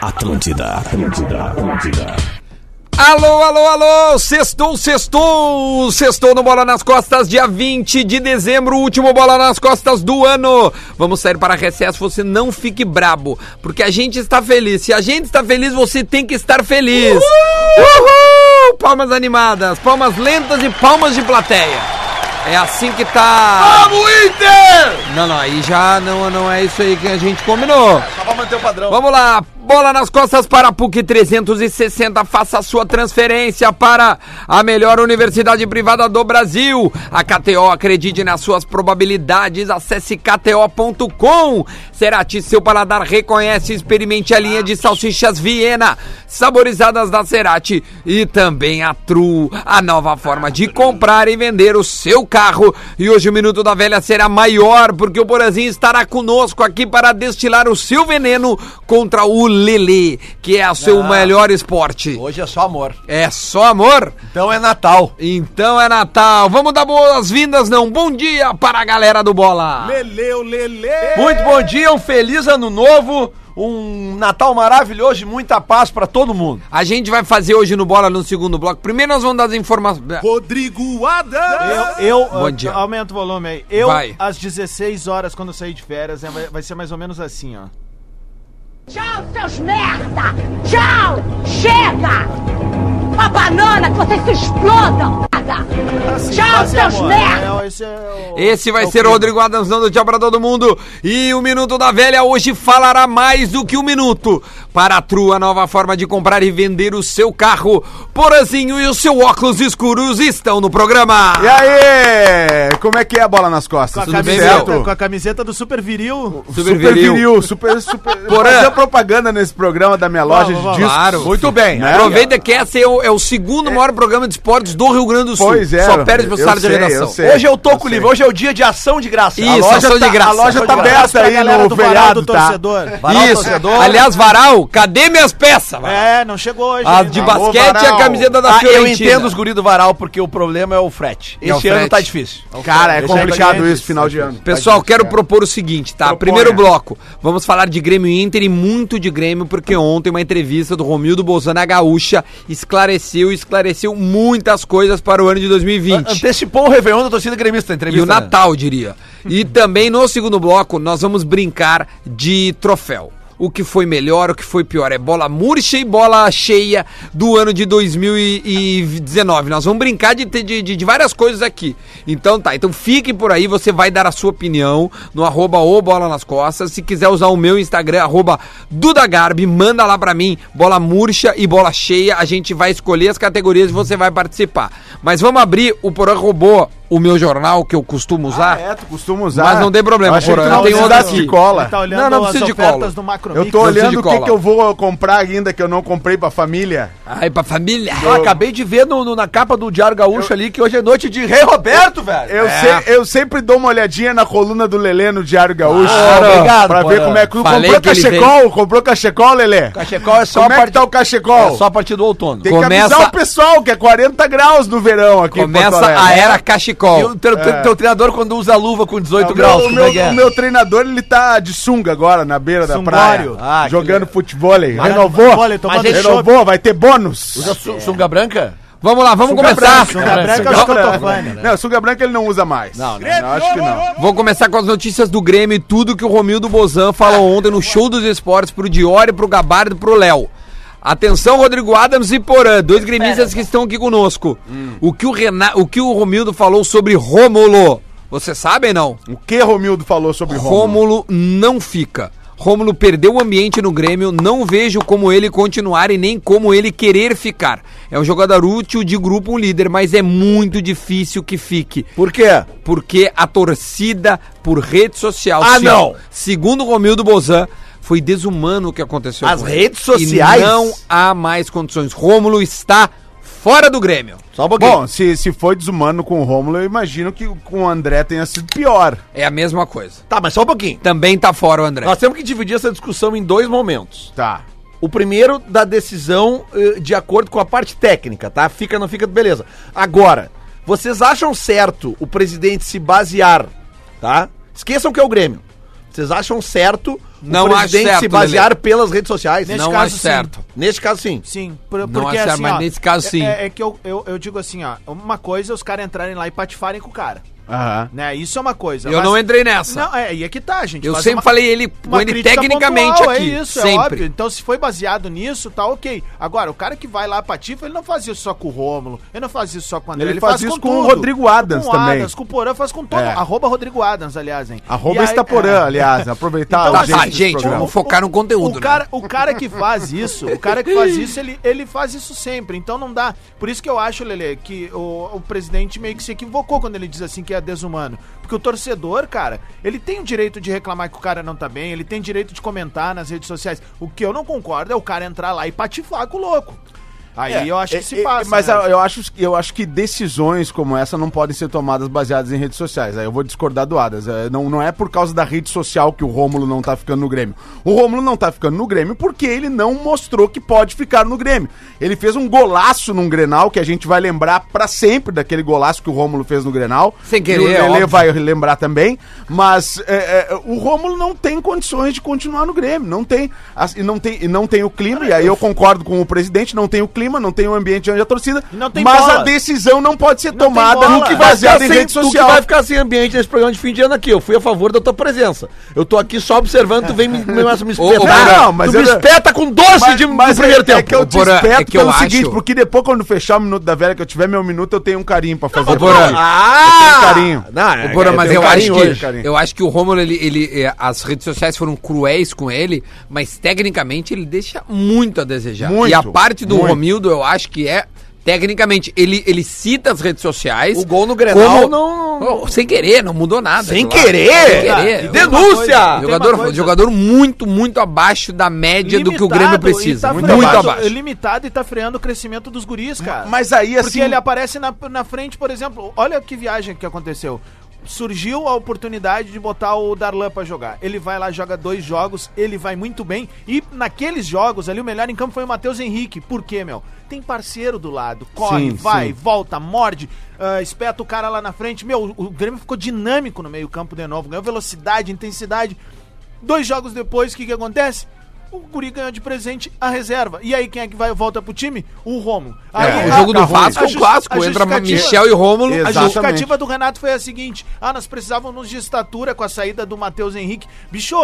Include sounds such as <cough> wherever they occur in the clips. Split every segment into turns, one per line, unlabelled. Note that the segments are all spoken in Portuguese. Atlântida, Atlântida, Atlântida.
Alô, alô, alô! Sextou, sextou! Sextou no Bola nas Costas, dia 20 de dezembro, último Bola nas Costas do ano! Vamos sair para recesso, você não fique brabo, porque a gente está feliz. Se a gente está feliz, você tem que estar feliz! Uhul! Palmas animadas, palmas lentas e palmas de plateia. É assim que tá.
Vamos, Inter!
Não, não, aí já não, não é isso aí que a gente combinou.
Só pra manter o padrão.
Vamos lá, bola nas costas para a PUC 360. Faça sua transferência para a melhor universidade privada do Brasil. A KTO acredite nas suas probabilidades. Acesse KTO.com. Cerati, seu paladar reconhece. Experimente a linha de salsichas Viena, saborizadas da Cerati e também a Tru, a nova forma de comprar e vender o seu carro. E hoje o Minuto da Velha será maior, porque o Borazinho estará conosco aqui para destilar o seu veneno contra o Lele, que é o seu
Não.
melhor esporte.
Hoje é só amor.
É só amor?
Então é Natal.
Então é Natal. Vamos dar boas-vindas, não? Bom dia para a galera do Bola.
Leleu, Lele!
Muito bom dia, um feliz ano novo, um Natal maravilhoso e muita paz pra todo mundo.
A gente vai fazer hoje no Bola no segundo bloco. Primeiro nós vamos dar as informações.
Rodrigo Adams!
Eu, eu
Bom
ah,
dia.
aumenta o volume aí. Eu,
Vai.
às 16 horas, quando eu sair de férias, é, vai, vai ser mais ou menos assim, ó.
Tchau, seus merda! Tchau! Chega! Uma banana que vocês se explodam!
Assim,
Tchau, seus merda!
É, esse é o-
Esse vai
é o
ser o
clima.
Rodrigo Adams dando tchau pra todo mundo. E o Minuto da Velha hoje falará mais do que um minuto. Para a Tru, a nova forma de comprar e vender o seu carro. Porazinho e o seu óculos escuros estão no programa.
E aí? Como é que é a bola nas
Com
costas?
a,
Tudo bem,
camiseta,
meu?
com a camiseta do Super Viril.
Super
Super
viril.
viril, super, super.
Porã.
Fazer propaganda nesse programa da minha loja
Vamos, vamos.
de discos.
Claro.
Muito bem. né?
Aproveita que esse é o, é o segundo maior programa de esportes do Rio Grande do Sul.
Pois é.
Só perde pro
eu
salário de
sei,
redação.
eu sei,
hoje é o toco
eu
livre, hoje é o dia de ação de graça.
Isso,
a loja
ação de
tá,
graça.
A loja
Ação
tá
de graça.
aberta.
Abraço pra
aí
galera
no
do varal
feriado,
do
tá?
torcedor.
Varal
Isso.
torcedor.
Aliás, Varal, cadê minhas peças? Varal?
É, não chegou hoje.
As
ainda.
Ah, de
Alô,
basquete e a
Varal.
camiseta da
Ah, eu
Fiorentina.
entendo os guri do varal, porque o problema é o frete.
É o
Este ano
frete.
tá difícil.
Cara, é
Esse ano tá
complicado
difícil.
isso, final de ano.
Pessoal, quero propor o seguinte, tá?
Proponha.
Primeiro bloco, vamos falar de Grêmio e Inter e muito de Grêmio, porque ontem uma entrevista do Romildo Bolzano a Gaúcha esclareceu e esclareceu muitas coisas para o ano de 2020.
Antecipou o Réveillon da torcida gremista, a
E
entrevista.
o
né?
Natal, diria. E também no segundo bloco, nós vamos brincar de troféu. O que foi melhor, o que foi pior. É bola murcha e bola cheia do ano de 2019. Nós vamos brincar de, ter- de, de- de várias coisas aqui. Então tá, então fique por aí, você vai dar a sua opinião no arroba o bola nas costas. Se quiser usar o meu Instagram, arroba dudagarbi, manda lá pra mim, bola murcha e bola cheia. A gente vai escolher as categorias e você vai participar. Mas vamos abrir o Porã Robô, o meu jornal que eu costumo usar.
Ah, é, tu costuma usar.
Mas não tem problema,
Eu achei que
Porã,
tu
eu
não
tenho
precisasse
outro aqui.
de cola.
Ele Tá olhando
Não, não
as
precisa de cola.
ofertas do Macro
Eu
Mix.
tô
preciso de
olhando o que,
cola.
que eu vou comprar ainda que eu não comprei pra família.
Aí pra família.
Eu acabei de ver no- no- na capa do Diário Gaúcho ali que hoje é noite de Rei Roberto, velho.
Eu,
É.
sei- eu sempre dou uma olhadinha na coluna do Lelê no Diário Gaúcho.
Ah, obrigado,
Pra ver
Porã.
como é que...
Falei
Comprou
que ele
cachecol? Comprou cachecol, Lelê?
Cachecol é só
Como
a
é que
parte-
tá o cachecol?
É só a partir do outono.
Tem
Começa-
que avisar o pessoal que é 40 graus no verão aqui em Porto
Começa
Alegre.
a era
E
cachecol.
o teu, teu- teu treinador quando usa luva com 18
O meu-
graus,
o
como
meu,
é que é?
o meu treinador, ele tá de sunga agora, na beira da
Sungório.
Ah,
praia.
que
jogando futebol.
Mas-
Renovou.
Olha, tomando
Mas ele-
chope.
Renovou, vai ter bônus.
Usa su- sunga branca?
Vamos lá, vamos
Sunga
começar.
branca,
Sunga branca é o
Sunga
Scotofani.
branca. Não, sunga branca ele não usa mais.
Não, não.
Não, acho que não.
Vou começar com as notícias do Grêmio e tudo que o Romildo Bozan
Ah.
falou ontem no show dos esportes pro Diori, pro Gabardo e pro Léo. Atenção, Rodrigo Adams e Porã, dois gremistas que estão aqui conosco.
Hum.
O, que o, Renan, o que o Romildo falou sobre Rômulo? Vocês sabem não?
O Um que Romildo falou sobre Rômulo?
Rômulo não fica. Rômulo perdeu o ambiente no Grêmio, não vejo como ele continuar e nem como ele querer ficar. É um jogador útil de grupo, um líder, mas é muito difícil que fique.
Por quê?
Porque a torcida por rede social.
Ah,
se-
não!
Segundo Romildo Bozan, foi desumano o que aconteceu.
As
com ele.
redes sociais?
E não há mais condições. Rômulo está fora do Grêmio.
Só um pouquinho.
Bom, se, se foi desumano com o Rômulo, eu imagino que com o André tenha sido pior.
É a mesma coisa.
tá, mas só um pouquinho.
Também tá fora o André.
Nós temos que dividir essa discussão em dois momentos.
Tá.
O primeiro da decisão eh, de acordo com a parte técnica, tá? Fica, não fica, beleza. Agora, vocês acham certo o presidente se basear, tá? Esqueçam que é o Grêmio. Vocês acham certo
Não
o
acho
presidente
certo,
se basear pelas redes sociais.
Nesse
Não
caso,
acho
sim.
certo.
Neste caso, sim.
Sim, por-
Não
porque
acha,
assim,
mas
ó,
nesse caso,
é-
sim.
É, é que eu, eu, eu digo assim, ó, uma coisa é os caras entrarem lá e patifarem com o cara,
Aham.
né? Isso é uma coisa.
Eu não entrei nessa.
Não, é, e é que tá, gente.
eu
faz
sempre
uma-
falei ele com
uma
ele
crítica
tecnicamente
pontual,
aqui.
É isso,
sempre.
é óbvio. Então, se foi baseado nisso, tá ok. Agora, o cara que vai lá pra Tifa, ele não faz isso só com o Rômulo, ele não faz isso só com o André,
Ele faz isso com o
tudo.
Rodrigo Adams
com o
também.
Adams, com o Porã, faz com todo.
É.
Arroba Rodrigo Adams, aliás, hein? E
Arroba
aí-
Estaporã,
é.
aliás. Aproveitar
Então,
a
tá,
audiência
tá,
desse
assim, gente,
programa.
vamos focar no conteúdo, né?
O cara, o cara que faz isso, o cara
<laughs>
que faz isso, ele, ele faz isso sempre. Então não dá. Por isso que eu acho, Lele, que o, o presidente meio que se equivocou quando ele diz assim que é desumano. Porque o torcedor, cara, ele tem o direito de reclamar que o cara não tá bem, ele tem direito de comentar nas redes sociais. O que eu não concordo é o cara entrar lá e patifar com o louco. Aí eu acho
É,
que se
é,
passa.
Mas
né?
eu- eu acho, que- eu acho que decisões como essa não podem ser tomadas baseadas em redes sociais. Aí eu vou discordar do Adas. É, Não, não é por causa da rede social que o Rômulo não tá ficando no Grêmio. O Rômulo não tá ficando no Grêmio porque ele não mostrou que pode ficar no Grêmio. Ele fez um golaço num Grenal que a gente vai lembrar pra sempre daquele golaço que o Rômulo fez no Grenal.
Sem querer,
E o Lelê
óbvio.
vai lembrar também. Mas é, é, o Rômulo não tem condições de continuar no Grêmio. Não tem, as- e não tem, e não tem o clima. E aí eu concordo com o presidente. Não tem o clima, não tem o ambiente onde a torcida.
E não tem
mas
bola.
a decisão não pode ser
tem
tomada
bola.
no que
Tu
Baseado
baseada em rede social.
Tu que vai ficar sem ambiente nesse programa de fim de ano aqui. Eu fui a favor da tua presença. Eu tô aqui só observando, tu vem me, me, me espetar.
Não, mas
tu me
eu-
espeta com doce
Mas-
de,
mas
do primeiro tempo.
É que eu te
Porã,
espeto
é que eu
pelo
acho-
seguinte, porque depois quando fechar o minuto da velha, que eu tiver meu minuto, eu tenho um carinho pra fazer.
mas Porã,
pra ti.
Ah!
Eu tenho carinho.
Não, é,
Ô, Porã,
é,
mas
tem
eu acho,
carinho
que,
hoje.
carinho.
eu acho que o Romulo, ele, ele, eh, as redes sociais foram cruéis com ele, mas tecnicamente ele deixa muito a desejar.
Muito,
e a parte do
muito.
Romildo, eu acho que é. Tecnicamente, ele, ele cita as redes sociais.
O gol no Grenal não-
Oh, Sem querer, não mudou nada.
Sem
claro.
querer? Ah,
Sem
Tá,
querer.
E denúncia!
Tem Jogador,
uma coisa-
jogador muito, muito abaixo da média do que o
Limitado
Grêmio
e
precisa.
tá
muito
freando-
abaixo. Hum,
Limitado e tá freando o crescimento dos guris, cara.
Mas aí,
Porque
assim-
ele aparece na, na frente, por exemplo, olha que viagem que aconteceu. Surgiu a oportunidade de botar o Darlan pra jogar. Ele vai lá, joga dois jogos, ele vai muito bem. E naqueles jogos ali, o melhor em campo foi o Matheus Henrique. Por quê, meu? Tem parceiro do lado. Corre,
Sim,
vai,
sim.
volta, morde, ah, espeta o cara lá na frente. Meu, o Grêmio ficou dinâmico no meio-campo de novo. Ganhou velocidade, intensidade. Dois jogos depois, o que, que acontece? O Guri ganhou de presente a reserva. E aí, quem é que vai volta pro time? O Romulo. Aí,
É, o
a-
jogo
a
do
ruim.
Vasco é
A
um
justi-
clássico.
a
Entra
justificativa-
Michel e Rômulo.
A
Exatamente.
justificativa do Renato foi a seguinte: ah, nós precisávamos de estatura com a saída do Matheus Henrique. Bicho,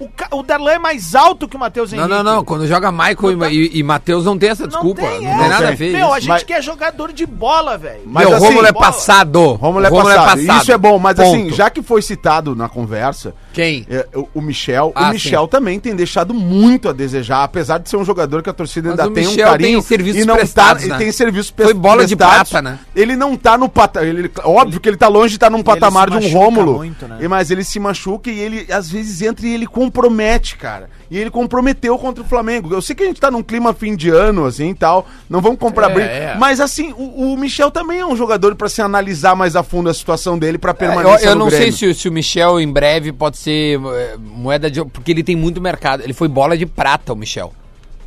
o, ca- o Darlan é mais alto que o Matheus
Não,
Henrique.
não, não. Quando joga Michael e,
Não tá- é.
e, e Matheus não tem essa desculpa. Não tem,
essa.
nada a
tem.
ver.
Meu, a
isso.
gente
Mas-
quer jogador de bola, velho.
Mas
Meu, o
assim,
Rômulo é
bola.
passado. O
Rômulo é, passado. Isso é bom, mas assim, já que foi citado na conversa,
Quem?
é, o- o Michel,
Ah,
o Michel também tem deixado muito a desejar, apesar de ser um jogador que a torcida
Mas
ainda
o
tem um
Michel
carinho
tem serviços
e não
prestados,
tá,
né?
e tem serviços
Foi
pres-
bola de
prestados.
prata, né?
Ele não tá no patamar, ele, óbvio que ele tá longe de estar num patamar de um
machuca
Rômulo,
muito, né?
e- mas ele se machuca e ele às vezes entra e ele compromete, cara. E ele comprometeu contra o Flamengo. Eu sei que a gente tá num clima fim de ano assim e tal, não vamos comprar
É,
briga,
é.
mas assim, o, o Michel também é um jogador pra se analisar mais a fundo a situação dele pra
Eu,
permanecer
É, eu não sei
Grêmio.
se, o- se o Michel em breve pode ser eh, moeda de. Porque ele tem muito mercado. Ele foi bola de prata, o Michel.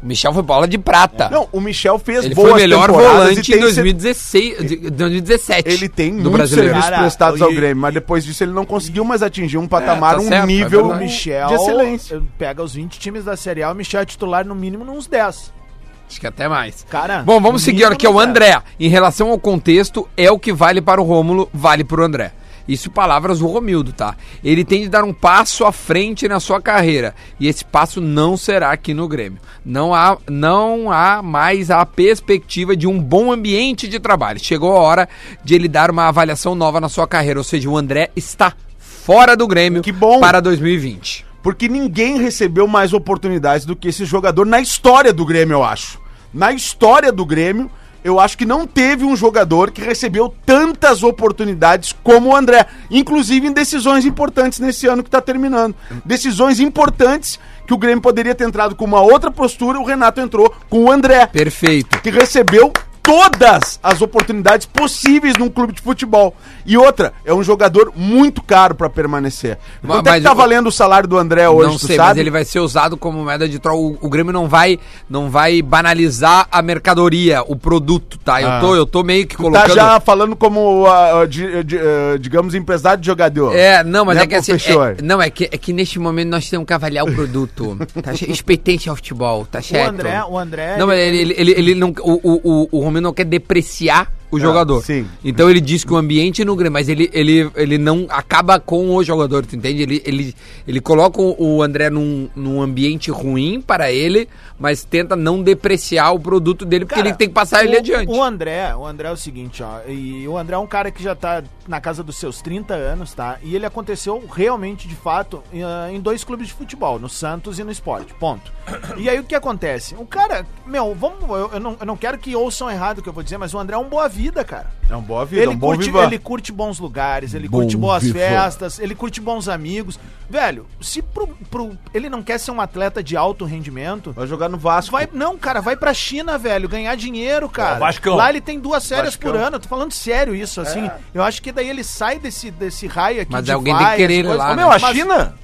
O Michel foi bola de prata.
Não, o Michel fez
ele foi
boas
o melhor
temporadas
volante
e
em
tem ser-
2016, de- 2017.
Ele tem
do
muitos
brasileiro.
serviços
Cara,
prestados ao
e-
Grêmio, mas depois disso ele não conseguiu mais atingir um patamar,
É, tá
um
certo, é
nível
verdade.
Michel
de excelência.
pega os 20 times da Série A, o Michel é titular no mínimo nos 10.
Acho que até mais.
Cara,
Bom, vamos seguir
mínimo
aqui, é o
zero.
André. Em relação ao contexto, é o que vale para o Rômulo, vale para o André. Isso palavras do Romildo, tá? Ele tem de dar um passo à frente na sua carreira. E esse passo não será aqui no Grêmio. Não há, não há mais a perspectiva de um bom ambiente de trabalho. Chegou a hora de ele dar uma avaliação nova na sua carreira. Ou seja, o André está fora do Grêmio
Que bom.
para 2020.
Porque ninguém recebeu mais oportunidades do que esse jogador na história do Grêmio, eu acho. Na história do Grêmio, eu acho que não teve um jogador que recebeu tantas oportunidades como o André. Inclusive em decisões importantes nesse ano que tá terminando. Decisões importantes que o Grêmio poderia ter entrado com uma outra postura, o Renato entrou com o André.
Perfeito.
que recebeu todas as oportunidades possíveis num clube de futebol. E outra, é um jogador muito caro pra permanecer.
Ma-
Quanto é que
mas
tá
o-
valendo o salário do André hoje,
não
tu
sei, mas
sabe?
ele vai ser usado como moeda de troca. O, o Grêmio não vai, não vai banalizar a mercadoria, o produto, tá? Eu, tô, eu tô meio que
Ah. Tá
colocando...
já falando como, ah, ah, di- di- ah, digamos, empresário de jogador.
É, não, mas
Né,
é que assim.
professor?
é- não, é que, é que neste momento nós temos que avaliar o produto. Tá che- Expetente ao futebol, tá certo?
André- o André,
Não, mas ele, ele, ele, ele não. O, o, o, o Romero não quer depreciar o jogador.
sim.
Então ele diz que o ambiente no Grêmio, mas ele, ele, ele não acaba com o jogador, tu entende? Ele, ele, ele coloca o o André num, num ambiente ruim para ele, mas tenta não depreciar o produto dele, porque
Cara,
ele tem que passar ele
o-
adiante.
O André, o André é o seguinte, ó. E o André é um cara que já tá na casa dos seus 30 anos, tá? E ele aconteceu realmente, de fato, em, ah, em dois clubes de futebol, no Santos e no Sport. Ponto. E aí o que acontece? O cara, meu, vamos. Eu, eu não, eu não quero que ouçam errado o que eu vou dizer, mas o André é um boa vida, cara.
É um boa vida,
Ele,
um bom
curte,
vivan.
ele curte bons lugares, ele
Bom
curte boas
vivan.
festas, ele curte bons amigos. Velho, se pro, pro- ele não quer ser um atleta de alto rendimento,
Vai jogar no Vasco.
Vai, não, cara, vai pra China, velho, ganhar dinheiro, cara.
Ó, Vascão.
Lá ele tem duas séries
É, Vascão. É.
por ano. Eu tô falando sério isso, assim. Eu acho que daí ele sai desse, desse raio aqui.
Mas
de
alguém
vai,
tem que querer
as
ele
coisas.
lá,
Ô,
né?
meu,
Não, a
mas-
China.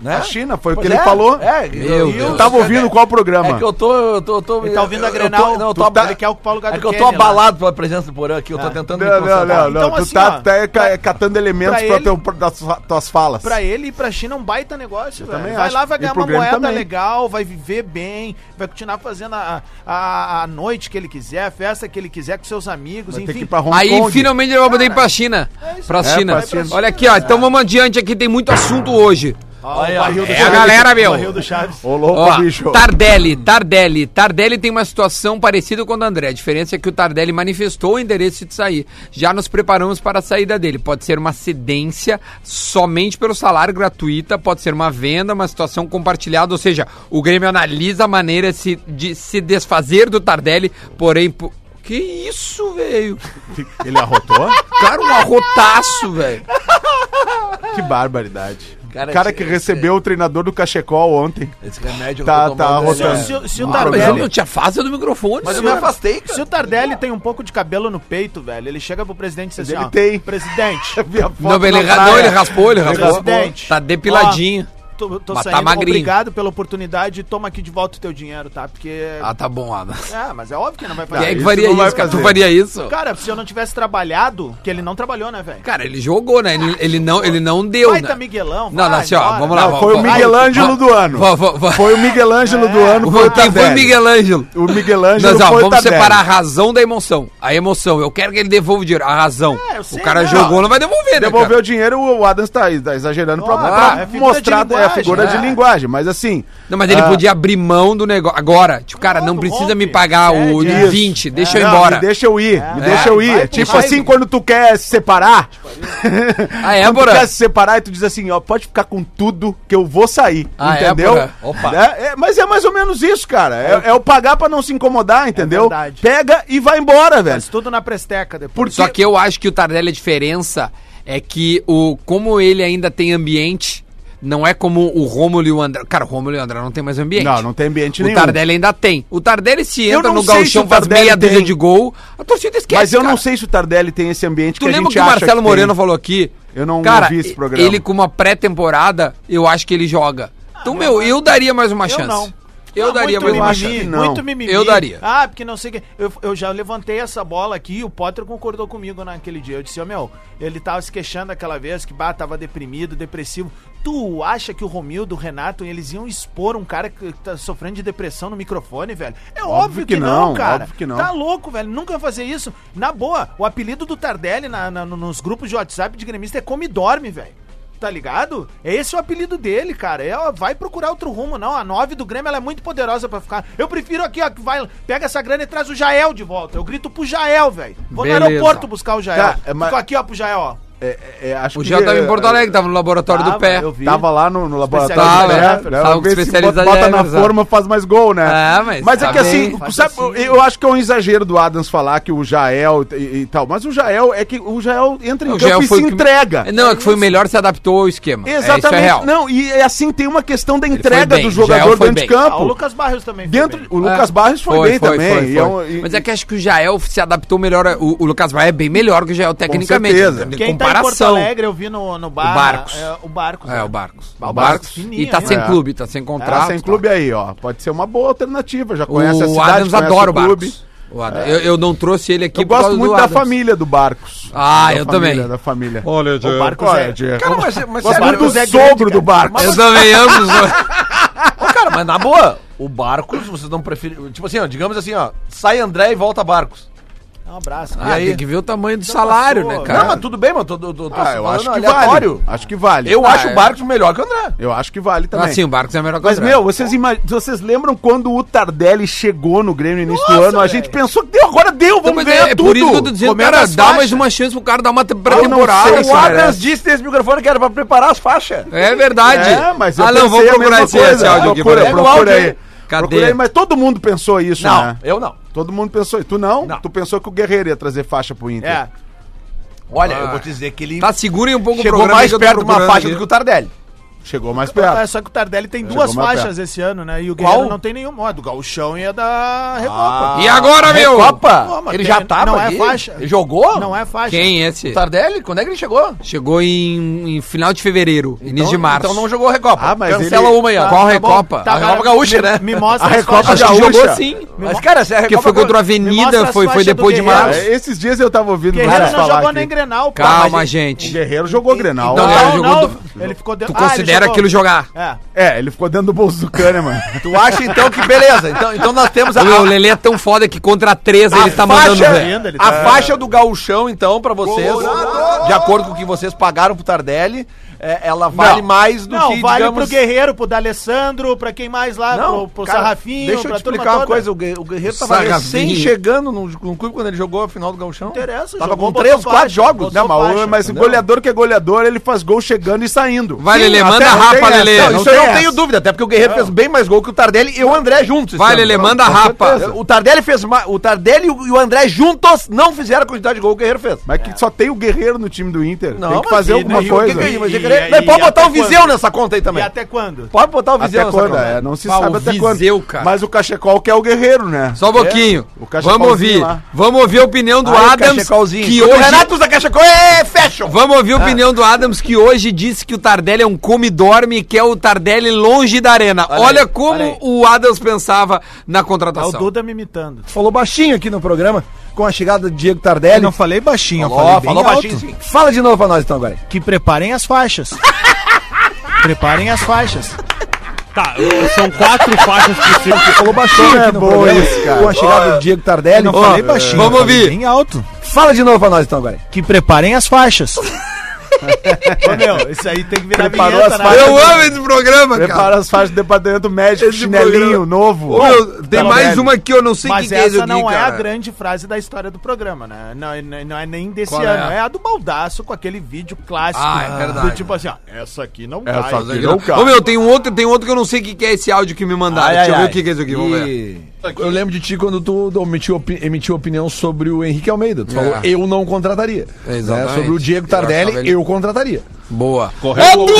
Né?
A China, foi o que
Pois
ele
é,
falou.
É,
Meu
eu,
Deus.
Eu tava ouvindo qual programa?
É que eu tô. Eu tô, eu tô
Ele tá ouvindo a
eu- eu
Grenal.
tô- não, eu
Tu
tô
tá-
ab-
ele quer ocupar o lugar
É
do
que eu tô
Kenner lá.
abalado pela presença do Porã aqui. Eu tô tentando me
Ah. Não, não,
concentrar.
não, não.
Então,
tu
assim,
tá,
ó,
tá
pra-
catando elementos
pra
pra,
ele-
teu- das suas- tuas falas.
Pra ele ir pra China é um baita negócio, velho.
também
Vai
acho.
lá, vai
E
ganhar
pro
uma
Grêmio
moeda
também.
legal, vai viver bem, vai continuar fazendo a, a, a noite que ele quiser, a festa que ele quiser com seus amigos,
Vai ter que
enfim.
ir pra Hong
Aí
Kong.
finalmente ele vai poder ir pra China.
isso
pra,
aí.
China.
É, pra China.
Olha aqui, ó. Então vamos adiante aqui, tem muito assunto hoje.
Olha,
barril do
É a galera, meu.
Rio do Chaves.
Ô, louco,
Ó, tá.
bicho.
Tardelli, Tardelli. Tardelli tem uma situação parecida com a do André. A diferença é que o Tardelli manifestou o endereço de sair. Já nos preparamos para a saída dele. Pode ser uma cedência somente pelo salário gratuita, pode ser uma venda, uma situação compartilhada. Ou seja, o Grêmio analisa a maneira se- de se desfazer do Tardelli, porém. po- Que isso, velho?
<laughs> Ele arrotou?
Cara, um arrotaço, velho.
que barbaridade. O
Cara,
cara,
esse-
que
é-
recebeu o treinador do Cachecol ontem.
Esse remédio
Tá-
eu tô
tá
tomando,
arrotando.
ele é-
Se, o- se
Mas eu
o
Ah,
um Tardelli.
não te afasta do microfone,
Mas eu me
senhor.
afastei,
Se
cara.
o Tardelli tem um pouco de cabelo no peito, velho, ele chega pro presidente e diz assim,
Ele
ó,
tem.
Presidente,
Minha foto
Não, ele,
na
ra-
praia.
não, ele raspou, ele raspou.
Presidente.
Tá depiladinho.
tô, tô
Mas tá
saindo,
magrinho.
obrigado pela oportunidade, toma aqui de volta o teu dinheiro, tá? Porque...
Ah, tá bom, Ana.
É, mas é óbvio que não vai
Quem é
fazer
que
isso
isso.
faria
não vai
isso? cara? Tu
fazer.
faria isso?
Cara, se eu não tivesse trabalhado, que ele não trabalhou, né, velho?
Cara, ele jogou, né? Ele, ele não, ele não deu,
Vai,
né?
tá Miguelão,
Não, não,
vai,
assim, ó,
bora.
vamos lá.
Não,
vamos-
foi o
vamos-
Miguel Ângelo do ano.
Vou- vou- vou-
Foi o Miguel Ângelo do ano, foi o
Quem foi É. o
Tardelli.
Miguel Ângelo?
O Miguel Ângelo
Nós, ó,
foi tá
vamos
o Tardelli.
separar a razão da emoção. A emoção, eu quero que ele devolva o dinheiro. A razão.
É, eu
o
sei,
cara
né?
jogou, não vai devolver, né?
Devolveu
cara?
o dinheiro, o Adams tá, tá exagerando pra,
Ah,
pra
é figura de
mostrar é a
linguagem,
figura
né?
de linguagem. Mas assim.
Não, mas ele
ah,
podia abrir mão do negócio. Agora, tipo, cara, não
Não,
precisa
rompe.
me pagar o
Pede,
é.
20, deixa eu
não,
ir embora.
Me deixa eu ir, me
É.
deixa eu ir.
Vai com
tipo
raiva.
assim, quando tu quer se separar.
Ah, é,
quando
Porã?
tu quer se separar e tu diz assim, ó, pode ficar com tudo que eu vou sair.
Ah, é,
entendeu?
Porã?
Opa. mas é mais ou menos isso, cara. É, é o pagar pra não se
É
incomodar, entendeu?
verdade.
Pega e vai embora, velho.
Faz tudo na presteca depois.
Porque-
Só que eu acho que o Tardelli, a diferença é que o, como ele ainda tem ambiente, não é como o Rômulo e o André. Cara, o Rômulo e o André não tem mais ambiente.
Não, não tem ambiente
O
nenhum.
Tardelli ainda tem. O Tardelli se
Eu
entra
não
no
sei se
galchão,
o
faz
Tardelli
meia dúzia
tem.
de gol, a torcida esquece,
Mas eu
cara.
não sei se o Tardelli tem esse ambiente
Tu
que a
lembra
gente
que o
acha
Marcelo
que tem.
Moreno falou aqui?
Eu não
cara,
ouvi esse
e-
programa.
Ele com uma pré-temporada, eu acho que ele joga.
Ah,
Então, meu, eu daria mais uma chance.
não.
Eu
Ah,
Tá
daria mais
muito
uma
acho
mimimi,
que
chance.
não.
Muito mimimi.
Eu daria.
Ah, porque não sei o que. Eu, eu já levantei essa bola aqui e o Potter concordou comigo naquele dia. Eu disse, ó, meu, ele tava se queixando aquela vez que, bah, tava deprimido, depressivo. Tu acha que o Romildo, o Renato, eles iam expor um cara que tá sofrendo de depressão no microfone, velho? É óbvio, que,
que
não,
não,
cara.
óbvio que não.
Tá louco, velho. Nunca ia fazer isso. Na boa, o apelido do Tardelli na- na- nos grupos de WhatsApp de gremista é come e dorme, velho. Tá ligado? Esse é o apelido dele, cara. É, ó, vai procurar outro rumo, não. A 9 do Grêmio ela é muito poderosa pra ficar. Eu prefiro aqui, ó, que vai, pega essa grana e traz o Jael de volta. Eu grito pro Jael, velho. Vou
Beleza.
no aeroporto buscar o Jael.
Tá, é, mas-
Fico aqui, ó, pro Jael, ó.
é, é, acho
O Gel tava em Porto Alegre, tava no laboratório do
Tava,
pé.
eu vi.
Tava lá no, no laboratório
Tava,
do
tava,
Pé, né?
tava com
Vê se
especialidade
bota, bota
em
na
Everson.
forma, faz mais gol, né?
Ah, mas
é
tá
que
bem,
assim,
faz
sabe,
assim.
eu acho que é um exagero do Adams falar que o Jael e, e tal, mas o Jael é que o Jael entra em
O
campo
Gel
e
foi
se
o que-
entrega.
Não, é que foi o melhor, se adaptou ao esquema. É,
Exatamente.
isso é real.
Não, e é assim tem uma questão da
foi
entrega
bem,
do
o Jael
jogador
foi
dentro de
bem.
Ah, o
campo.
Lucas Barrios também. foi
Tá, Dentro,
bem.
o Lucas Barros foi, bem também.
É. foi,
e
foi.
é um- e-
Mas é que acho que o Jael se adaptou melhor. O, o Lucas Barros é bem melhor que o Jael tecnicamente.
certeza.
Em
Quem tá em Porto
comparação.
Alegre, eu vi no, no bar.
O Barcos.
É, o Barcos.
é,
né?
o Barcos.
Ah,
O Barcos.
fininho,
E tá
né?
sem
É.
clube, tá sem contrato.
Tá sem clube aí, ó. Pode ser uma boa alternativa. Já conhece a
O
cidade,
Adams
conhece
adora o
clube.
Barcos. O Adams. Eu, eu não trouxe ele aqui
Eu
por
gosto
causa
muito
do
da
Adams.
família do Barcos.
Ah,
Da
eu
família, né?
também.
Da família.
Olha,
O Barcos
Qual
é.
é, Diego?
Cara, mas, mas
Gosto
sério,
muito do
eu-
sogro do Barcos.
Eu também amo os
<laughs>
dois.
Ô, cara, mas na boa, o Barcos, vocês não preferem. Tipo assim, ó, digamos assim, ó, sai André e volta Barcos.
Um abraço.
Ah,
aí?
tem que ver o tamanho do salário,
passou,
né,
Não,
cara?
mas tudo bem, mano. Tô, tô, tô, tô
Ah, eu
falando
acho que
aleatório.
vale. Acho que vale.
Eu
Ah,
acho
é.
o Barcos melhor que o André.
Eu acho que vale também.
Assim, o Barcos é melhor que o
Mas,
André.
meu, vocês, ima- vocês lembram quando o Tardelli chegou no Grêmio no início do ano? A gente pensou que deu, agora deu,
Então,
vamos
mas
ganhar
é, é
tudo.
por isso que eu tô dizendo,
Comeram
cara,
as
dá
faixas.
mais uma chance pro cara dar uma te-
Eu não
pré-temporada,
sei,
o
cara.
Adams disse nesse microfone que era pra preparar as faixas.
É verdade.
É, mas eu
Alan,
pensei
vamos
a
procurar
mesma
esse,
coisa.
esse áudio aqui.
Procura,
peraí.
Pega o
procura
áudio
aí.
aí.
Cadê?
Procura aí, mas todo mundo pensou isso, né?
eu não.
Todo mundo pensou isso. Tu não?
Não.
Tu pensou que o Guerreiro ia trazer faixa pro Inter.
É.
Olha,
Ah.
eu vou te dizer que ele
Tá, segurem um pouco o
chegou
programa
mais
que eu tô
perto de uma
procurando
faixa
aqui.
do que o Tardelli.
Chegou mais
Ah,
É.
perto.
só que o Tardelli tem
Chegou
duas
mais
faixas esse ano, né? E o
Qual?
Guerreiro não tem nenhuma. Ó, A do Gauchão e a da Recopa.
E agora, meu?
Pô,
Copa?
mas
Ah. Ele
tem-
já tava
não é
aqui?
faixa.
tá-
Ele jogou?
Não é faixa.
Quem é esse?
O Tardelli? Quando é que ele chegou?
Chegou em, em final de fevereiro, início de
Então-
março.
Então não jogou Recopa.
Ah, mas
Cancela
ele- é
uma aí, ó.
Qual
bom.
Recopa?
Tá,
A Recopa
cara,
Gaúcha,
me-
né?
Me mostra
A
as
Recopa
faixas.
Acho que
Gaúcha.
jogou sim.
Mas, cara, se a
Porque
Recopa
foi contra o
mostra
Avenida,
as
foi, foi
faixas do
depois de
Guerreiro.
março.
É, esses dias eu tava ouvindo
Guerreiro
vários
não jogou
aqui.
nem Grenal, pô.
Calma,
Tá, Mas ele-
O
gente.
Guerreiro jogou Grenal.
Então,
né?
Guerreiro
Não, não,
jogou
ele ficou
Tu
dentro. Ah, ele
considera
jogou.
aquilo jogar.
É.
É, ele ficou dentro do bolso do
<laughs>
Kahneman.
Tu acha então que beleza? Então, então nós temos a,
O
a,
Lelê é tão foda que contra três ele tá mandando
faixa,
ver.
Ele
a
tá-
faixa do gauchão então pra vocês, de acordo com o que vocês pagaram pro Tardelli, é, ela vale
Não.
mais do
Não,
que
vale
digamos
pro Guerreiro, pro D'Alessandro, pra quem mais lá, pro, pro
cara,
Sarrafinho,
Deixa eu
pra
te
turma
explicar uma
toda.
coisa. O Guerre- o Guerreiro tá tava
Sarrafinho.
recém chegando no, no clube quando ele jogou a final do Gauchão.
Interessa,
Tava
jogou,
com
botou
três, quatro
faixa,
jogos. né,
botou
Não, mas,
faixa,
o- né, mas o goleador que é goleador, ele faz gol chegando e saindo.
Vai,
Sim,
Lelê,
até
manda
não
rapa,
tem
Lelê.
essa.
Não,
Não,
isso eu
tem
não
essa.
tenho dúvida, até porque o Guerreiro fez bem mais gol que o Tardelli e o André juntos. esse
Vai,
ano.
Lelê,
Não,
manda
com
rapa.
certeza. O Tardelli fez mais. O Tardelli e o e o André juntos não fizeram a quantidade de gol que o Guerreiro fez.
Mas que só tem o Guerreiro no time do Inter.
Não,
tem
mas
que fazer
e-
alguma
e o
coisa.
que que é isso? Mas
E-
Guerreiro-
e-
Mas pode
e
botar
até
o Viseu
quando?
nessa conta aí
E
também.
até quando?
Pode botar o Viseu
Até
nessa
quando?
conta.
É, não se
Bah,
sabe
o
até
Viseu,
quando.
cara.
Mas o Cachecol que é o Guerreiro, né?
Só um pouquinho.
É,
O cachecolzinho
Vamos ouvir.
lá.
Vamos ouvir a opinião do
Aí o
Adams.
cachecolzinho.
Que é
Quando
hoje...
O Renato usa cachecol, é fashion.
Vamos ouvir a opinião do Adams, que hoje disse que o Tardelli é um come e dorme e quer o Tardelli longe da arena. Olha,
aí,
como
olha aí.
o Adams pensava na
Tá o
contratação.
Duda me imitando.
falou baixinho aqui no programa com a chegada do Diego Tardelli.
não falei baixinho,
Falou,
eu falei bem
falou
alto.
baixinho, sim.
Fala de novo pra nós então agora.
Que preparem as faixas. preparem as faixas.
Tá, são quatro faixas possíveis.
Falou baixinho
É
aqui no
bom
programa
isso, cara.
com a chegada do Diego
Eu
Tardelli.
não
Ó,
falei baixinho,
vamos
eu falei
ouvir.
bem alto.
Fala de novo pra nós então agora.
Que preparem as faixas.
Ô, meu, isso aí tem que virar
Preparou
vinheta,
as
né?
faixas.
Eu amo esse programa, cara.
Prepara as faixas do departamento médico,
Esse programa-
chinelinho novo.
Ô, meu, tem
Tardelli.
mais uma aqui, eu não sei o que,
Mas
que é isso
essa
aqui,
não é a
cara.
grande frase da história do programa, né? Não, não- não é nem desse
Qual é?
ano. É? a do Baldaço com aquele vídeo clássico.
Ah, é verdade.
Do tipo assim, ó, essa aqui não
Essa
cai.
aqui
Aqui
Virou
não.
o carro.
Ô, meu, tem um outro, tem outro que eu não sei o que, que é esse áudio que me mandaram.
Ai,
Deixa eu
ai,
ver
ai.
o que, que é isso aqui, vamos ver.
E- Eu lembro de ti quando tu omitiu opi- emitiu opinião sobre o Henrique Almeida. Tu
É.
falou, eu não contrataria.
né?
É, exatamente.
Sobre o Diego
Eu
Tardelli,
achava
eu,
ele-
contrataria.
Boa.
Correto.
Ô, tu,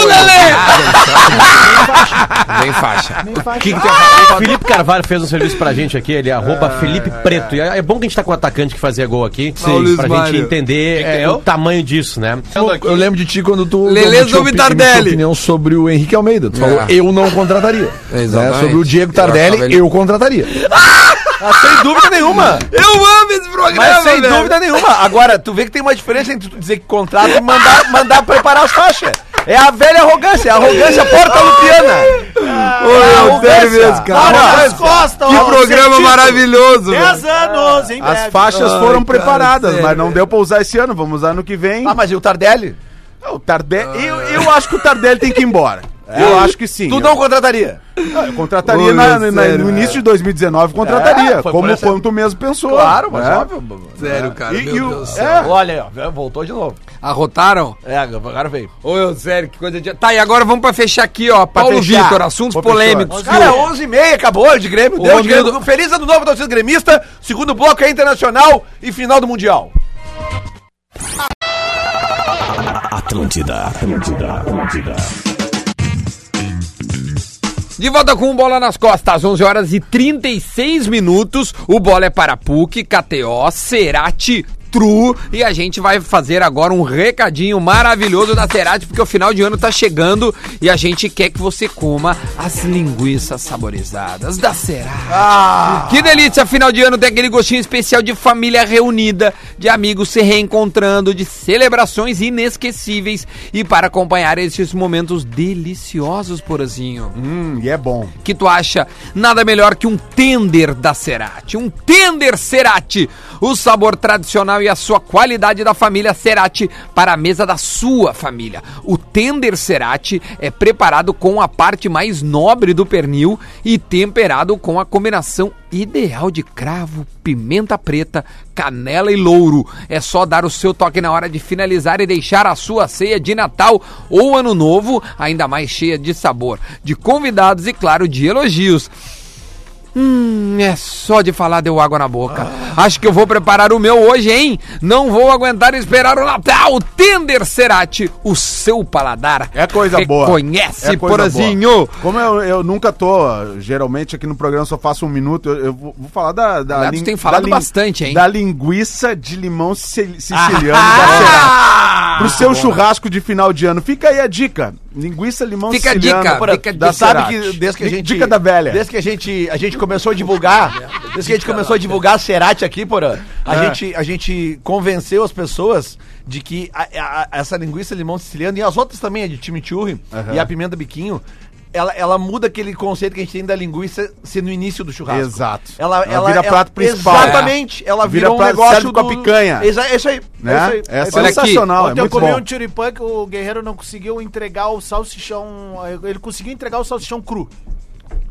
Lelê! Vem faixa. O que, que tu ia
<laughs>
falar?
Felipe Carvalho fez um serviço pra gente aqui, ele é arroba Felipe Preto. E é bom que a gente tá com o atacante que fazia gol aqui,
o Luiz
pra
Mário.
gente entender é, o tamanho disso, né?
Eu, eu lembro de ti quando tu
Lelê
omitiu
sobre
opi-
Tardelli.
emitiu opinião sobre o Henrique Almeida.
É.
Tu falou, eu não
<laughs>
contrataria. Né?
Exatamente.
Sobre o Diego
Eu achava ele-
Tardelli, eu contrataria.
Ah, Sem
<laughs>
dúvida nenhuma.
Eu amo esse programa,
Mas
é, né?
sem
velho.
dúvida nenhuma. Agora, tu vê que tem uma diferença entre tu dizer que contrata e mandar, mandar preparar as faixas. É a velha arrogância, a arrogância porta-lupiana.
Ô, meu, sério mesmo,
Olha
cara.
as costas,
Tá Que
ó,
É um programa
cientista.
maravilhoso, velho.
10 anos, em
As
breve.
faixas
Ai, cara,
foram preparadas,
sério.
mas não deu pra usar esse ano. Vamos usar no que vem.
Ah, mas e Ah, o Tardelli?
Ah, O Tardelli. Eu, eu acho que o Tardelli tem que ir embora.
É.
Eu acho que sim.
Tu não contrataria.
Eu contrataria
Olha,
na- na-
sério, né?
no
cara.
início de 2019, contrataria.
É, foi
como
por essa-
quanto mesmo pensou.
Claro, mas
É.
óbvio.
Sério, cara,
E-
meu
e o-
Deus do
É.
céu.
Olha aí, ó, voltou de novo.
Arrotaram?
É, agora veio.
Ô, eu, sério, que coisa de... Tá, e agora vamos pra fechar aqui, ó.
Pra
Paulo
fechar.
Vitor, assuntos
Vou fechar.
polêmicos.
Cara, 11h30, acabou de Grêmio,
O
deu de
Romildo-
Grêmio. Feliz ano novo, torcida gremista. Segundo bloco é internacional e final do Mundial.
Atlântida, Atlântida, Atlântida.
De volta com o Bola nas Costas, 11 horas e 36 minutos. O Bola é para PUC, KTO, Cerati, Tru. E a gente vai fazer agora um recadinho maravilhoso da Cerati, porque o final de ano tá chegando e a gente quer que você coma as linguiças saborizadas da Cerati. Que delícia, final de ano tem aquele gostinho especial de família reunida, de amigos se reencontrando, de celebrações inesquecíveis. E para acompanhar esses momentos deliciosos, porazinho
Hum, e é bom.
que tu acha nada melhor que um tender da Cerati. Um tender Cerati. O sabor tradicional e a sua qualidade da família Cerati para a mesa da sua família. O tender Cerati é preparado com a parte mais nobre do pernil e temperado com a combinação ideal de cravo, pimenta preta, canela e louro. É só dar o seu toque na hora de finalizar e deixar a sua ceia de Natal ou Ano Novo ainda mais cheia de sabor, de convidados e, claro, de elogios. Hum, é só de falar deu água na boca. Acho que eu vou preparar o meu hoje, hein? Não vou aguentar esperar o Natal. Tender Cerati, o seu paladar.
É coisa boa.
Reconhece,
É coisa
porazinho.
boa. Como eu, eu nunca tô, geralmente aqui no programa só faço um minuto, eu, eu vou vou falar da. da
Aliás, tu tem falado
da
bastante, hein?
Da linguiça de limão sicil- siciliano da Cerati.
Ah!
Pro seu churrasco de final de ano. Fica aí a dica. Linguiça limão
Fica a
siciliano
dica,
pra-
fica a
da
dica.
Cerati.
Sabe que desde que a
Di-
gente.
Dica da velha.
Desde que a gente, a gente começou a divulgar. Desde que a gente começou a divulgar a Cerati aqui, Porã, a,
Ah.
gente, a gente convenceu as pessoas de que a- a- a- essa linguiça limão siciliano e as outras também, a de chimichurri e a pimenta biquinho. Ela, ela muda aquele conceito que a gente tem da linguiça ser no início do churrasco.
Exato.
Ela,
Ela
ela, é
vira prato principal.
Exatamente. Ela
Vira
vira, um
prato,
negócio
serve com a picanha.
Exa- é isso aí.
Né?
É isso aí.
É,
É isso aí.
Olha aqui,
sensacional, é
Ontem eu
muito
comi
bom.
um choripã que o Guerreiro não conseguiu entregar o salsichão. Ele conseguiu entregar o salsichão cru.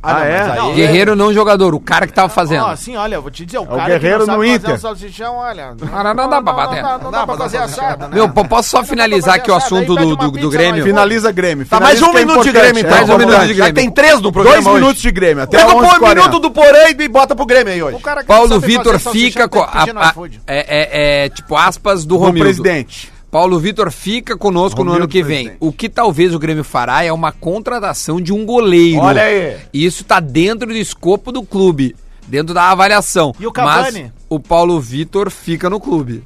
Ah, é?
Não,
Guerreiro não jogador, o cara que tava fazendo. É
Ó, assim, olha, eu vou te dizer, o,
o
cara que
Guerreiro
não sabe
no
fazer
Inter.
um salsichão, olha...
não dá pra bater.
Não, dá- não dá pra fazer assado, né?
Meu, po- posso só finalizar aqui o assunto do, do, do Grêmio?
Finaliza Grêmio.
Tá mais
Finaliza
um
que é
minuto de
importante,
Grêmio,
é,
então.
Mais um
vamos
minuto
lá.
de
Já
Grêmio.
tem três no programa
Dois
hoje.
minutos de Grêmio. Até
Pega o pô-
11h40.
minuto do Porã e bota pro Grêmio aí hoje.
O cara que não
Paulo
sabe
Vitor
fazer
fica
salsichão
com.
tem que pedir no
a- a-
iFood.
é, é, é, tipo, aspas do
Do
Romildo.
presidente.
Paulo Vitor fica conosco no
Romildo
ano que vem.
presidente.
O que talvez o Grêmio fará é uma contratação de um goleiro.
Olha aí.
E Isso tá dentro do escopo do clube, dentro da avaliação.
E o Cavani?
Mas o Paulo Vitor fica no clube.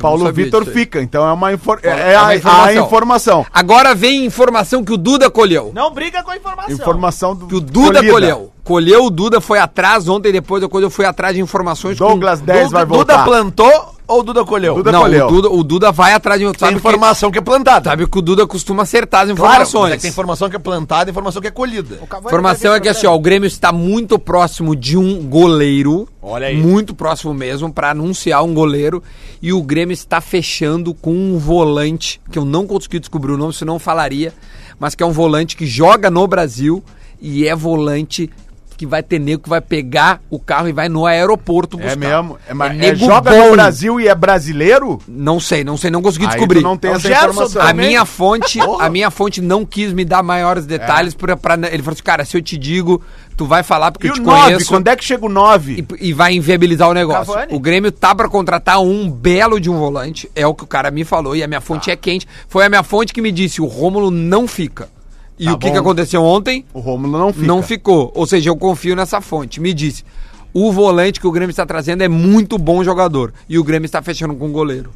Paulo
sabia
Vitor
disso aí.
fica, então é uma, infor- é,
É
é
uma
a, informação. a informação.
Agora vem informação que o Duda colheu.
Não briga com a informação.
Informação do
Que o Duda
colhida.
colheu. Colheu o Duda, foi atrás ontem, depois eu colheu, foi atrás de informações com-
Douglas 10 vai
Duda
voltar.
plantou ou Duda colheu?
Duda
não,
colheu.
O, Duda, o Duda vai atrás de
Tem
sabe que,
informação que, é plantada.
sabe que o Duda costuma acertar as
Claro, mas
informações.
é que tem informação que é plantada e informação que é colhida.
O Cavani
Informação
vai
é
vir
que
pra
assim, ó, o Grêmio está muito próximo de um goleiro.
Olha aí.
Muito próximo mesmo, para anunciar um goleiro. E o Grêmio está fechando com um volante, que eu não consegui descobrir o nome, senão eu falaria. Mas que é um volante que joga no Brasil e é volante que vai ter nego que vai pegar o carro e vai no aeroporto buscar.
É mesmo? É, ma- é
nego
joga
bom.
no Brasil e é brasileiro?
Não sei, não sei, não consegui
Aí
descobrir.
tu não tem
É o
essa
Gerson
informação.
A
Também?
minha
<laughs>
fonte, a minha fonte não quis me dar maiores detalhes pra, pra- ele falou assim, cara, se eu te digo, tu vai falar porque
É. E
eu te
o 9?
conheço
Quando é que chega o 9?
e, e vai inviabilizar o negócio.
Cavani?
O Grêmio tá pra contratar um belo de um volante, é o que o cara me falou e a minha
Tá.
fonte é quente. Foi a minha fonte que me disse, o Rômulo não fica. E o que,
Tá bom.
que aconteceu ontem?
O Rômulo não fica.
Não ficou. Ou seja, eu confio nessa fonte. Me disse, o volante que o Grêmio está trazendo é muito bom jogador e o Grêmio está fechando com o goleiro.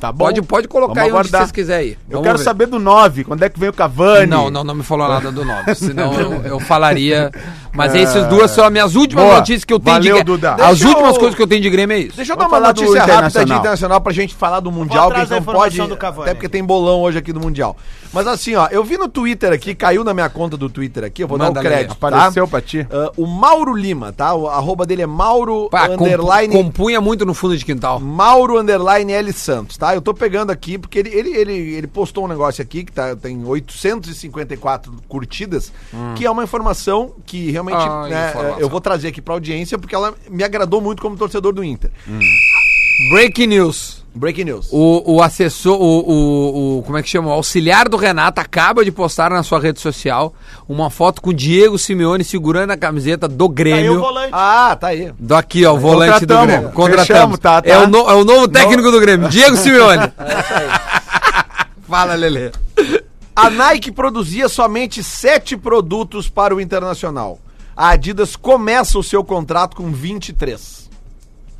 Tá bom?
Pode, pode colocar
Vamos
aí onde
aguardar.
vocês quiserem ir.
Eu
Vamos
quero
ver.
saber do 9. Quando é que vem o Cavani? <laughs>
Não, não, não me falou nada do nome. Senão eu, eu falaria. Mas essas duas são as minhas últimas
É. Boa.
notícias que eu tenho
Valeu,
de Grêmio.
Duda.
As
Deixa
últimas
eu-
coisas que eu tenho de Grêmio é isso.
Deixa eu dar
Vamos
uma
falar do
notícia rápida de
Internacional.
internacional pra gente falar do Mundial, que a
atrás
gente não
da informação
pode.
do Cavani.
Até porque tem bolão hoje aqui do Mundial. Mas assim, ó, eu vi no Twitter aqui, caiu na minha conta do Twitter aqui, eu vou
Manda
dar o crédito. tá?
Apareceu pra ti.
Ah, o Mauro Lima, tá? O arroba dele é Mauro
Pá, compu-
underline
compunha muito no fundo de quintal.
Mauro Underline L Santos, tá? Eu tô pegando aqui porque ele, ele, ele, ele postou um negócio aqui que tá, tem 854 curtidas, que é uma informação que realmente
Hum. Ah,
né,
informação.
eu vou trazer aqui pra audiência porque ela me agradou muito como torcedor do Inter.
Breaking news.
Breaking news.
Hum. O, o assessor, o, o, o- Como é que chama? O auxiliar do Renato acaba de postar na sua rede social uma foto com o Diego Simeone segurando a camiseta do
Aí o
Grêmio.
volante.
Ah, tá aí.
Do aqui, ó, o volante do
Contratamos,
Grêmio.
fechamos, tá, tá.
É, o no- é o novo técnico do Grêmio, Diego Simeone. Fala, Lelê.
A Nike produzia somente sete produtos para o Internacional. A Adidas começa o seu contrato com 23.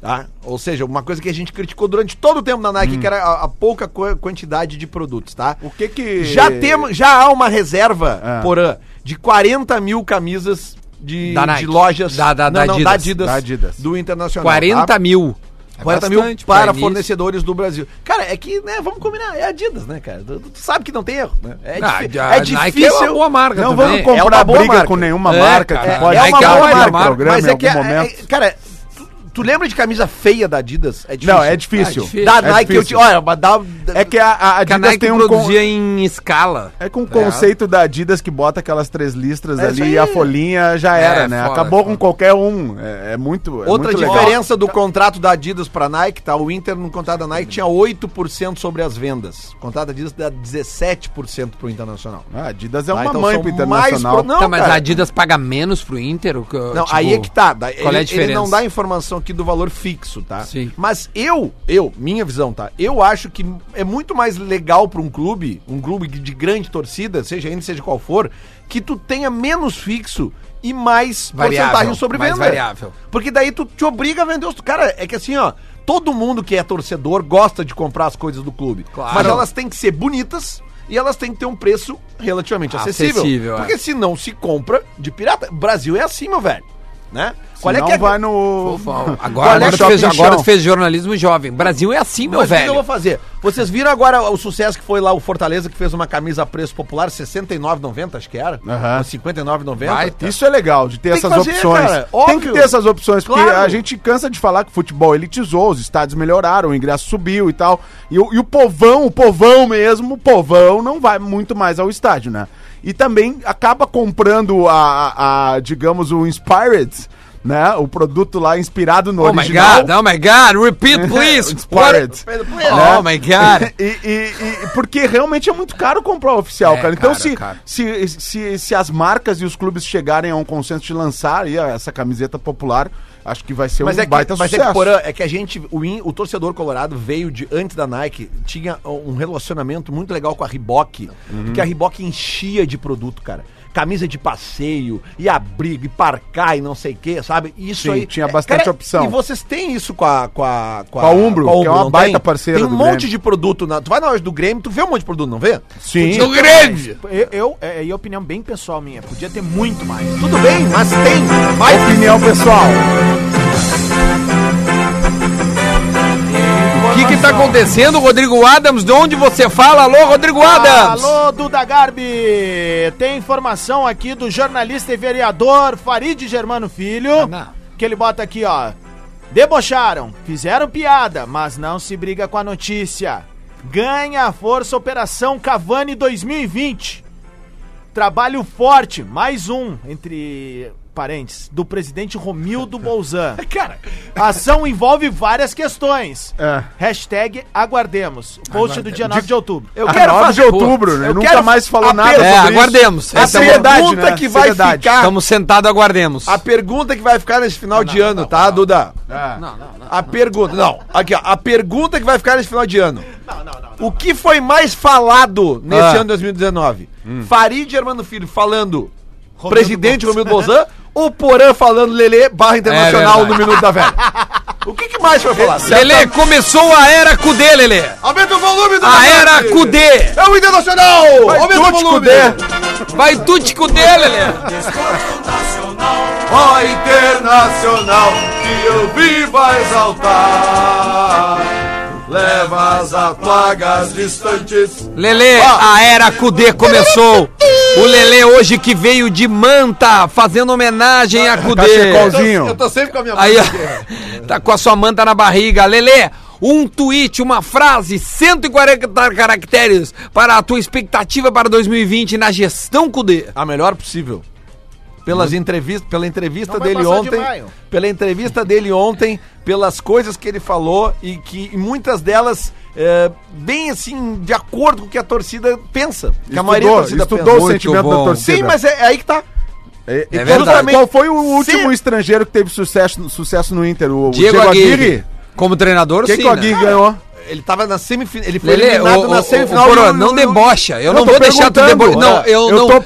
Tá? Ou seja, uma coisa que a gente criticou durante todo o tempo da Nike, que era a, a pouca co- quantidade de produtos, tá?
O que que.
Já, temos, já há uma reserva,
Ah.
Porã, de 40 mil camisas de,
Da
de
Nike.
lojas
Da- da- da Adidas.
Da Adidas.
do Internacional.
40
tá?
mil.
40 mil
bastante pra
para
início.
fornecedores do Brasil. Cara, é que, né, vamos combinar, é Adidas, né, cara? Tu, tu sabe que não tem erro, né? É,
Ah,
difi-
a Nike é uma boa marca
Não
também.
vamos
com- é
comprar
uma boa
briga
marca.
com nenhuma
É,
marca
cara,
que pode
é
Nike
uma
é
ficar
uma
boa
no
boa
marca,
marca,
programa
mas
em
é
algum
que, é-
momento.
é- cara, tu, tu lembra de camisa feia da Adidas? É
Não, é difícil.
É difícil.
Da
é
Nike, eu te,
difícil.
olha, mas dá... dá-
É que a, a
Que a
Adidas
Nike
tem um. con-
produzia em escala.
É com o conceito da Adidas que bota aquelas três listras
É isso
ali e a
aí.
folhinha já era,
É,
né?
foda,
Acabou
foda.
com qualquer um. É, é muito. é
Outra
muito legal.
diferença do contrato da Adidas para Nike, tá? O Inter no contrato da Nike tinha 8% sobre as vendas. O contrato da Adidas dá 17% pro Internacional.
A Adidas é
Ah,
uma
então
mãe
são
pro
mais
internacional.
pro- Não,
tá, mas
cara.
a Adidas paga menos pro Inter? O que-
Não,
tipo,
aí é que tá. Da-
qual é a diferença?
não dá informação aqui do valor fixo, tá?
Sim.
Mas eu, eu, minha visão, tá? Eu acho que é muito mais legal pra um clube, um clube de grande torcida, seja ele, seja qual for, que tu tenha menos fixo e mais
Variável,
porcentagem sobre
mais
venda.
variável.
Porque daí tu te obriga a vender os. Cara, é que assim, ó. Todo mundo que é torcedor gosta de comprar as coisas do clube.
Claro.
Mas elas têm que ser bonitas e elas têm que ter um preço relativamente acessível.
Acessível, é.
porque se não se compra de pirata, Brasil é assim, meu velho. Né?
Qual é que
a-
vai no. <laughs>
Agora,
Qual é
agora,
que
tu fez,
shopping
agora
chão?
tu fez jornalismo jovem. Brasil é assim, meu
Mas o que que eu
velho.
vou fazer? Vocês viram agora o sucesso que foi lá o Fortaleza, que fez uma camisa a preço popular, R$ 69,90, acho que era.
Aham.
Ou 59,90.
Baita. Isso é legal, de ter
Tá. Tem que
essas
fazer,
opções.
cara,
Tem
óbvio.
que ter essas opções, porque
Claro.
a gente cansa de falar que o futebol elitizou, os estádios melhoraram, o ingresso subiu e tal. E, o- e o povão, o povão mesmo, o povão não vai muito mais ao estádio, né? E também acaba comprando a, a- a, digamos, o Inspired, né? O produto lá inspirado no
Oh my
original. É,
God, um oh my God,
<laughs>
repeat please.
Inspired. Né?
Oh my God.
<laughs> E, e- e- porque realmente é muito caro comprar o oficial,
É,
cara. Então,
cara,
se,
cara.
Se, se, se as marcas e os clubes chegarem a um consenso de lançar aí essa camiseta popular, acho que vai ser
Mas,
um
é,
baita
que, mas é
sucesso.
que, Porã, é que a gente, o, in- o torcedor colorado veio de antes da Nike, tinha um relacionamento muito legal com a Reebok,
Uhum.
porque a Reebok enchia de produto, cara. Camisa de passeio, e abrigo, e parcar, e não sei o que, sabe? E Isso
Sim,
aí.
tinha
é,
bastante opção.
E vocês têm isso com a. Com a,
Com a Umbro, que é uma
não
baita
tem?
parceira
Tem um
do
monte
Grêmio.
de produto. Na, tu vai na loja do Grêmio, tu vê um monte de produto, não vê?
Sim.
Do grande.
Eu, eu, é, é opinião bem pessoal minha. Podia ter muito mais.
Tudo bem, mas tem. Mas
Opinião pessoal.
O que que tá acontecendo, Rodrigo Adams? De onde você fala? Alô, Rodrigo Adams.
Ah, Alô, Duda Garbi! Tem informação aqui do jornalista e vereador Farid Germano Filho. Que ele bota aqui, ó. Debocharam, fizeram piada, mas não se briga com a notícia. Ganha a força Operação Cavani 2020. Trabalho forte, mais um, entre parênteses, do presidente <laughs> Romildo Bolzan. Cara, a ação envolve várias questões.
É.
Hashtag aguardemos. Post do dia 9 de outubro.
Eu
A
quero
9
fazer.
de outubro, né?
eu
Nunca
quero
mais falou
apelar-
nada sobre
É,
isso.
aguardemos.
A
Essa é uma
seriedade,
pergunta
né?
que vai
Seriedade.
ficar-
Estamos sentados, aguardemos.
A pergunta que vai ficar nesse final de ano, tá, Duda?
Ah.
A pergunta, não, aqui ó, a pergunta que vai ficar nesse final de ano. O que foi mais falado nesse ano de 2019? Farid Germano Filho falando presidente Romildo Bolzan ou Porã falando Lelê barra internacional
É
no Minuto da Velha? O que, que mais foi falado?
Lelê, começou a era Cudê, Lelê.
Aumenta o volume do
A era Cudê.
É o Internacional! Aumenta o volume!
Vai tu te Cudê, Lelê.
Nacional
Ó internacional que eu vivo a exaltar. Levas a plagas distantes.
Lele, a era Cudê começou. O Lele hoje que veio de Manta, fazendo homenagem a
É.
Cudê.
Cachecolzinho.
Eu tô sempre com a minha
Aí,
mão esquerda.
ó, tá com a sua manta na barriga. Lele, um tweet, uma frase, 140 caracteres para a tua expectativa para 2020 na gestão Cudê.
A melhor possível.
Hum.
Pelas entrevistas, pela entrevista
Não vai
dele
passar de
ontem,
maio.
pela entrevista dele ontem, pelas coisas que ele falou e que e muitas delas é, bem assim de acordo com o que a torcida pensa, que a maioria da torcida
estudou o
pensa.
sentimento
bom.
da torcida.
Sim, mas é, é aí que tá.
É,
É
e
verdade.
qual- Qual foi o
Sim.
último estrangeiro que teve sucesso, sucesso no Inter? O o
Diego, Aguirre. Como treinador,
O que, que
né?
o Aguirre ganhou?
Ele tava na semifinal, ele foi
Lele,
eliminado
o,
na
o-
semifinal.
o Coroa,
e o-
não
e o-
debocha. Eu, não
tô
vou deixar tu
perguntando.
debochar. Não, eu, não.
Eu tô
eu não vou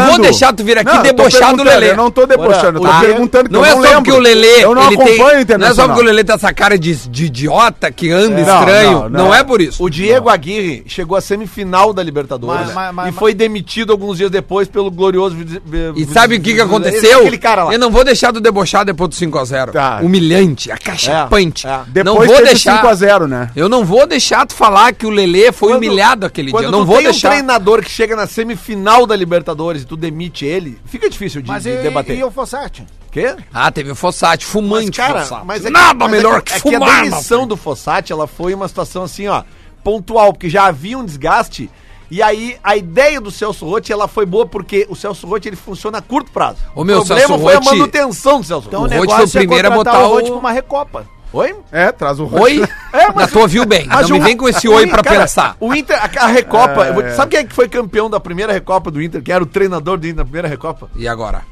perguntando.
deixar tu vir aqui
Não, eu tô
debochar do
perguntando,
Lelê.
Eu não tô debochando, eu tô
Tá?
perguntando que
não
eu
é
não
só
lembro.
porque o Lelê.
Eu não
ele tem-
acompanho o
Não é só
Internacional.
porque o Lelê tem essa cara de, de idiota que anda
Não,
estranho. Não,
não, não.
é por isso.
O Diego Aguirre chegou à semifinal da Libertadores
Mas- mas- mas-
e foi demitido alguns dias depois pelo glorioso. Viz-
E
Viz-
sabe o que, que
é
Viz-
aconteceu?
Aquele cara lá.
Eu não vou deixar do debochar depois do 5x0.
Tá.
Humilhante, acachapante.
É, é.
Não
Depois
vou
teve
deixar.
5x0, né?
Eu não vou deixar tu falar que o Lelê foi
Quando-
humilhado aquele dia.
Quando
Eu
tu
não vou
tem um
deixar.
treinador que chega na semifinal da Libertadores e tu demite ele, fica difícil de,
Mas
de
e,
debater.
e o Fossati?
Quê?
Ah, teve o Fossati, fumante. Fossati.
é que-
Nada
mas é
melhor
que,
que,
é que
fumar.
a demissão do Fossati, ela foi uma situação assim, ó, pontual, porque já havia um desgaste. E aí, a ideia do Celso Rotti, ela foi boa porque o Celso Rotti, ele funciona a curto prazo.
Ô, meu,
o problema
Celso
foi
Roth-
a manutenção do Celso
Então
O
o,
Roth.
Roth
negócio
foi o primeiro a
é contratar
botar
o Roth
o-
pra uma recopa.
Oi?
É, traz o
Oi?
<laughs> É,
mas tu ouviu bem.
Mas
não
o-
me vem com esse
o-
oi pra
cara,
pensar.
O Inter, a, a Recopa.
É,
eu vou te-
é.
Sabe quem é que foi campeão da primeira Recopa do Inter? Quem era o treinador do Inter na primeira Recopa?
E agora?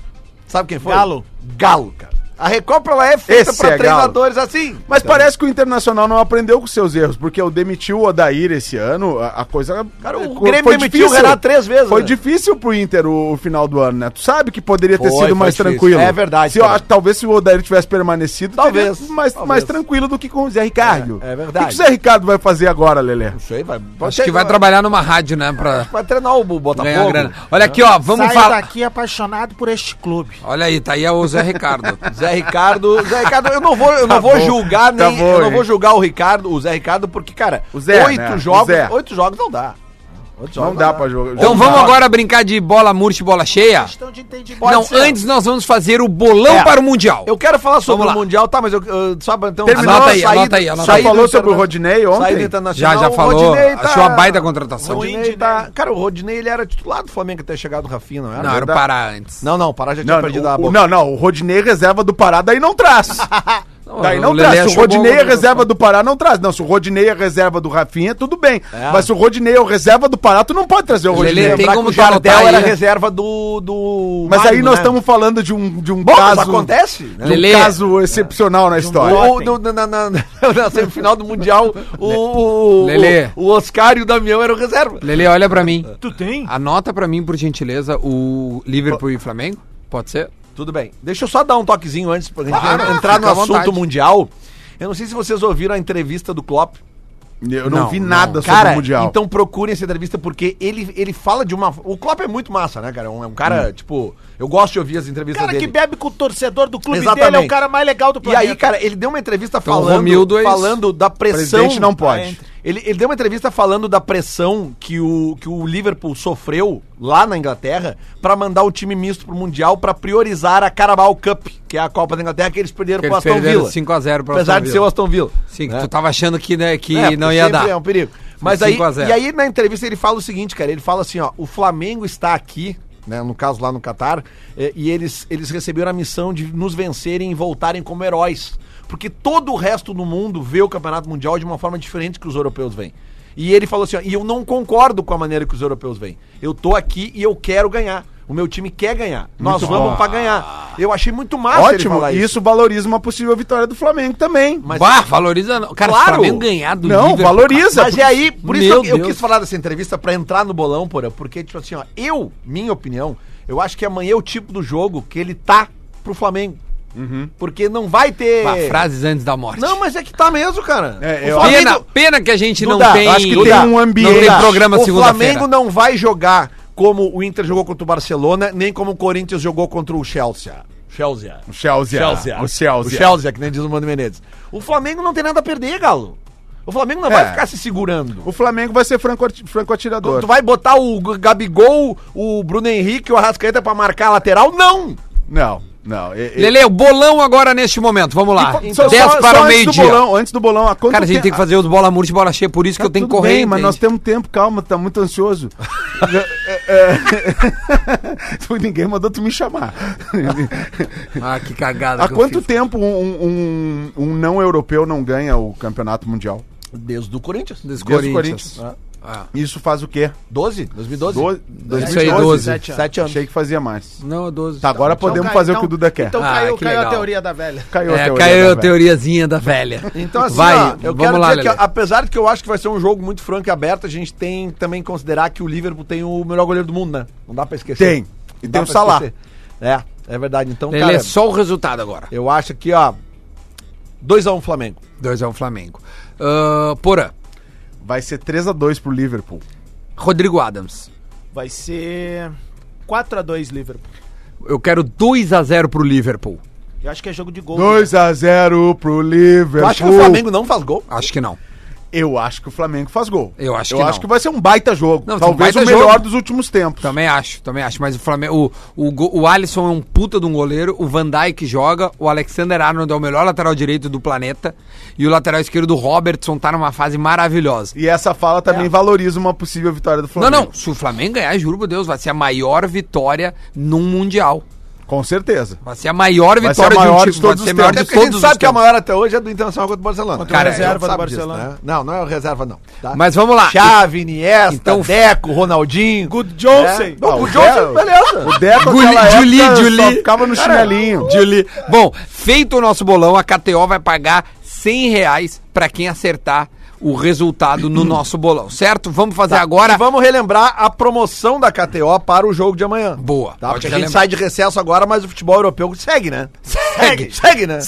Sabe quem foi?
Galo.
Galo, cara. A Recopa ela é feita
Esse
pra
é Galo.
treinadores assim.
Mas parece que o Internacional não aprendeu com seus erros, porque eu demiti o Odair esse ano, a, a coisa. é,
Cara, o
co-
Grêmio demitiu o Renato três vezes,
Foi
né?
difícil pro Inter o, o final do ano, né? Tu sabe que poderia ter
Foi,
sido
foi
mais
difícil.
tranquilo.
É verdade,
Se eu
cara.
acho- talvez se o Odair tivesse permanecido,
Talvez,
teria mais,
talvez.
mais tranquilo do que com o Zé Ricardo.
É, é verdade.
O que, que o Zé Ricardo vai fazer agora, Lelê?
Isso aí vai.
Acho que vai trabalhar numa rádio, né? Pra
Vai treinar o Botafogo.
ganhar grana. Olha aqui, ó. Vamos
Saio
falar.
daqui apaixonado por este clube.
Olha aí, tá aí o Zé Ricardo.
<laughs> Zé Ricardo, Zé Ricardo, eu não vou, eu
Tá
não vou
bom,
julgar
tá
nem,
bom,
eu não
hein?
vou julgar o Ricardo, o Zé Ricardo, porque cara,
O Zé,
oito
né? O
jogos,
Zé.
oito jogos não dá. Oito
Não dá pra jogar.
Então vamos agora brincar de bola murcha e bola cheia?
Questão de entendimento.
Não,
ser. né?
antes nós vamos fazer o bolão
É.
para o Mundial.
Eu quero falar sobre
Vamos
o
lá.
mundial, tá? Mas eu, eu só pra- então
Terminou? tá
Anota aí,
saída-
anota aí, anota
Já
aí.
saída
falou sobre o
interna-
Rodinei
Saída
ontem?
Já,
internacional.
já
o
falou.
Rodinei tá-
Achou uma baita contratação.
Rodinei
Rodinei,
tá.
né?
Cara, o Rodinei ele era titular do Flamengo até chegado o Rafinha, não era?
Não, era um o Pará antes.
Não, não, o Pará já tinha
Não,
perdido
não,
a
o,
bola.
não, não, o Rodinei reserva do Pará, daí
<laughs>
não traz. Daí não
Lelé
traz. Se o
achou
Rodinei
bom,
é reserva do Pará, não traz. Não, se o Rodinei é reserva do Rafinha, tudo bem. Mas se o Rodinei é o reserva do Pará, tu não pode trazer o é Rodinei.
Lelê, tem
Lembrar
como
que o
tu anotar
Jardel
aí,
era
né?
reserva do. do
Mas aí
Magno,
nós
né?
estamos falando de um, de um
Bom, mas
caso.
acontece. um né?
de um
Lelê.
caso excepcional na história.
O- o- do- na, na- <laughs> na- na semifinal do Mundial, o, o, o,
Lelê.
o Oscar e o Damião eram reserva.
Lele, olha pra mim.
Tu tem?
Anota pra mim, por gentileza, o Liverpool e Flamengo. Pode ser?
Tudo bem. Deixa eu só dar um toquezinho antes pra gente
Claro,
entrar no
fica à
assunto
vontade.
mundial. Eu não sei se vocês ouviram a entrevista do Klopp.
Eu não,
Não,
vi
não.
nada sobre
Cara,
o Mundial.
então procurem essa entrevista porque ele, ele fala de uma... O Klopp é muito massa, né, cara? É um, é um cara,
Hum.
tipo... Eu gosto de ouvir as
O
entrevistas
cara que
dele.
bebe com o torcedor do clube dele é
Exatamente.
o cara mais legal do
E
planeta.
aí, cara, ele deu uma entrevista
Então,
falando,
Romildo é isso.
falando da pressão. Ah,
Presidente não pode.
Ele, ele deu uma entrevista falando da pressão que o, que o Liverpool sofreu lá na Inglaterra pra mandar o time misto pro Mundial pra priorizar a Carabao Cup, que é a Copa da Inglaterra que eles perderam
Que
pro
eles
Aston
perderam
Villa.
5x0 pro
Apesar
Aston
de ser
Villa.
o Aston Villa.
Sim, que
né?
é.
tu tava achando que, né, que
É,
não
porque
ia
sempre
dar.
É um perigo. Mas aí,
5 a 0.
e aí na entrevista ele fala o seguinte, cara, ele fala assim, ó, o Flamengo está aqui, né, no caso lá no Catar, eh, e eles eles receberam a missão de nos vencerem e voltarem como heróis, porque todo o resto do mundo vê o Campeonato Mundial de uma forma diferente que os europeus veem. E ele falou assim, ó, e eu não concordo com a maneira que os europeus veem. Eu tô aqui e eu quero ganhar. O meu time quer ganhar. Nós vamos pra ganhar. Eu achei muito massa é ele
Ótimo,
falar
e isso valoriza uma possível vitória do Flamengo também.
Mas-
Bah, valoriza. não. Cara, se o
Claro.
Flamengo ganhar do
não,
Liverpool,
valoriza.
Mas é aí, por isso
Meu
eu, eu
Deus.
quis falar dessa entrevista pra entrar no bolão, porra, porque, tipo assim, ó, eu, minha opinião, eu acho que amanhã é o tipo do jogo que ele tá pro Flamengo.
Uhum.
Porque não vai ter.
Bah, frases antes da morte.
Não, mas é que tá mesmo, cara.
É,
O
eu-
Flamengo-
Pena, pena que a gente não
Duda,
tem.
acho que
Duda,
tem um ambiente.
Não tem programa
o
segunda-feira.
Flamengo não vai jogar como o Inter jogou contra o Barcelona, nem como o Corinthians jogou contra o Chelsea. Chelsea.
O Chelsea. é.
Chelsea. é.
O Chelsea.
O Chelsea, que nem diz o Mano Menezes. O Flamengo não tem nada a perder, Galo. O Flamengo não
É.
vai ficar se segurando.
O Flamengo vai ser franco, ati- franco atirador.
Tu vai botar o Gabigol, o Bruno Henrique, o Arrascaeta pra marcar a lateral? Não!
Não, não. e- e-
Lele, o bolão agora neste momento, vamos lá.
E só-
10
só-
para
só
o
antes do
meio-dia.
bolão, Antes do bolão, há quanto
Cara, a gente
tempo- Ah,
tem que fazer os bola murcha e bola cheia, por isso que eu tenho que
Tá Tudo
correr.
bem, mas nós
entende?
temos tempo, calma, tá
<laughs>
muito ansioso. É, é, é. <laughs> Tu- Ninguém mandou tu me chamar.
Ah, que cagada.
Há
que eu
quanto
fiz.
tempo um, um- um não europeu não ganha o campeonato mundial?
Desde o Corinthians.
Dos
Desde o
Corinthians. Ah.
Corinthians. Ah. Isso faz o quê?
12? 2012?
Do,
Isso aí,
2012?
12.
Sete anos.
Sete anos.
Achei que fazia mais.
Não, 12.
Tá, agora
Então
podemos
cai-
fazer o
então-
que o Duda quer.
Então
Ah,
caiu,
que
caiu a
legal.
teoria da velha.
<laughs> Caiu né,
É,
da
caiu a
velha.
teoriazinha da velha.
Então, assim,
Vai,
ó, eu
vamos
quero
lá,
dizer
Lelê.
que, apesar de que eu acho que vai ser um jogo muito franco e aberto, a gente tem também que considerar que o Liverpool tem o melhor goleiro do mundo, né? Não dá pra esquecer.
Tem.
E
tem
tem
o
o
Salah.
Salah. É, é verdade. Então,
Lele, é só o resultado agora.
eu acho que, ó, 2x1 Flamengo.
2 é o Flamengo. Ahn, Ah, Porã,
Vai ser 3x2 pro Liverpool.
Rodrigo Adams.
Vai ser 4x2 Liverpool.
Eu quero 2 a 0 pro Liverpool.
Eu acho que é jogo de gol. né?
2x0 pro Liverpool.
Tu acha que o Flamengo não faz gol?
Acho que não.
Eu acho que o Flamengo faz gol.
Eu acho
Eu
que
acho
não.
que vai ser um baita jogo.
Não,
Talvez
um
o
baita
melhor
jogo.
dos últimos tempos.
Também acho, também acho. Mas o Flamengo. O, o, go- o Alisson é um puta de um goleiro, o Van Dijk joga, o Alexander Arnold é o melhor lateral direito do planeta. E o lateral esquerdo, o Robertson, tá numa fase maravilhosa.
E essa fala também valoriza uma possível vitória do
É. Não,
Flamengo.
não. Se o Flamengo ganhar, juro por Deus, vai ser a maior vitória num Mundial.
Com certeza.
Vai ser a maior
Vai
vitória
ser a maior
de um
de
time.
todos
Vai ser
os
a maior
tempos.
de
Até porque a gente
todos os
sabe que a
tempos.
maior até hoje é do Internacional contra o Barcelona.
Contra o
Cara,
reserva do
sabe disso,
Barcelona.
né? Não, não é o reserva, não. Tá?
Mas vamos lá.
Chave, Iniesta,
Então-
Deco, Ronaldinho. Good
Johnson.
Não,
Ah,
o
o
Johnson,
Deco-
beleza.
O Deco
Guli-
naquela época,
Juli-
só
Juli-
ficava no chinelinho.
Julie. Bom, feito o nosso bolão, a KTO vai pagar 100 reais pra quem acertar o resultado no nosso bolão, certo? Vamos fazer agora.
Tá. E vamos relembrar a promoção da KTO para o jogo de amanhã.
Boa.
Tá?
Pode
Porque a gente
relembrar.
sai de recesso agora, mas o futebol europeu segue, né?
Segue.
segue, né?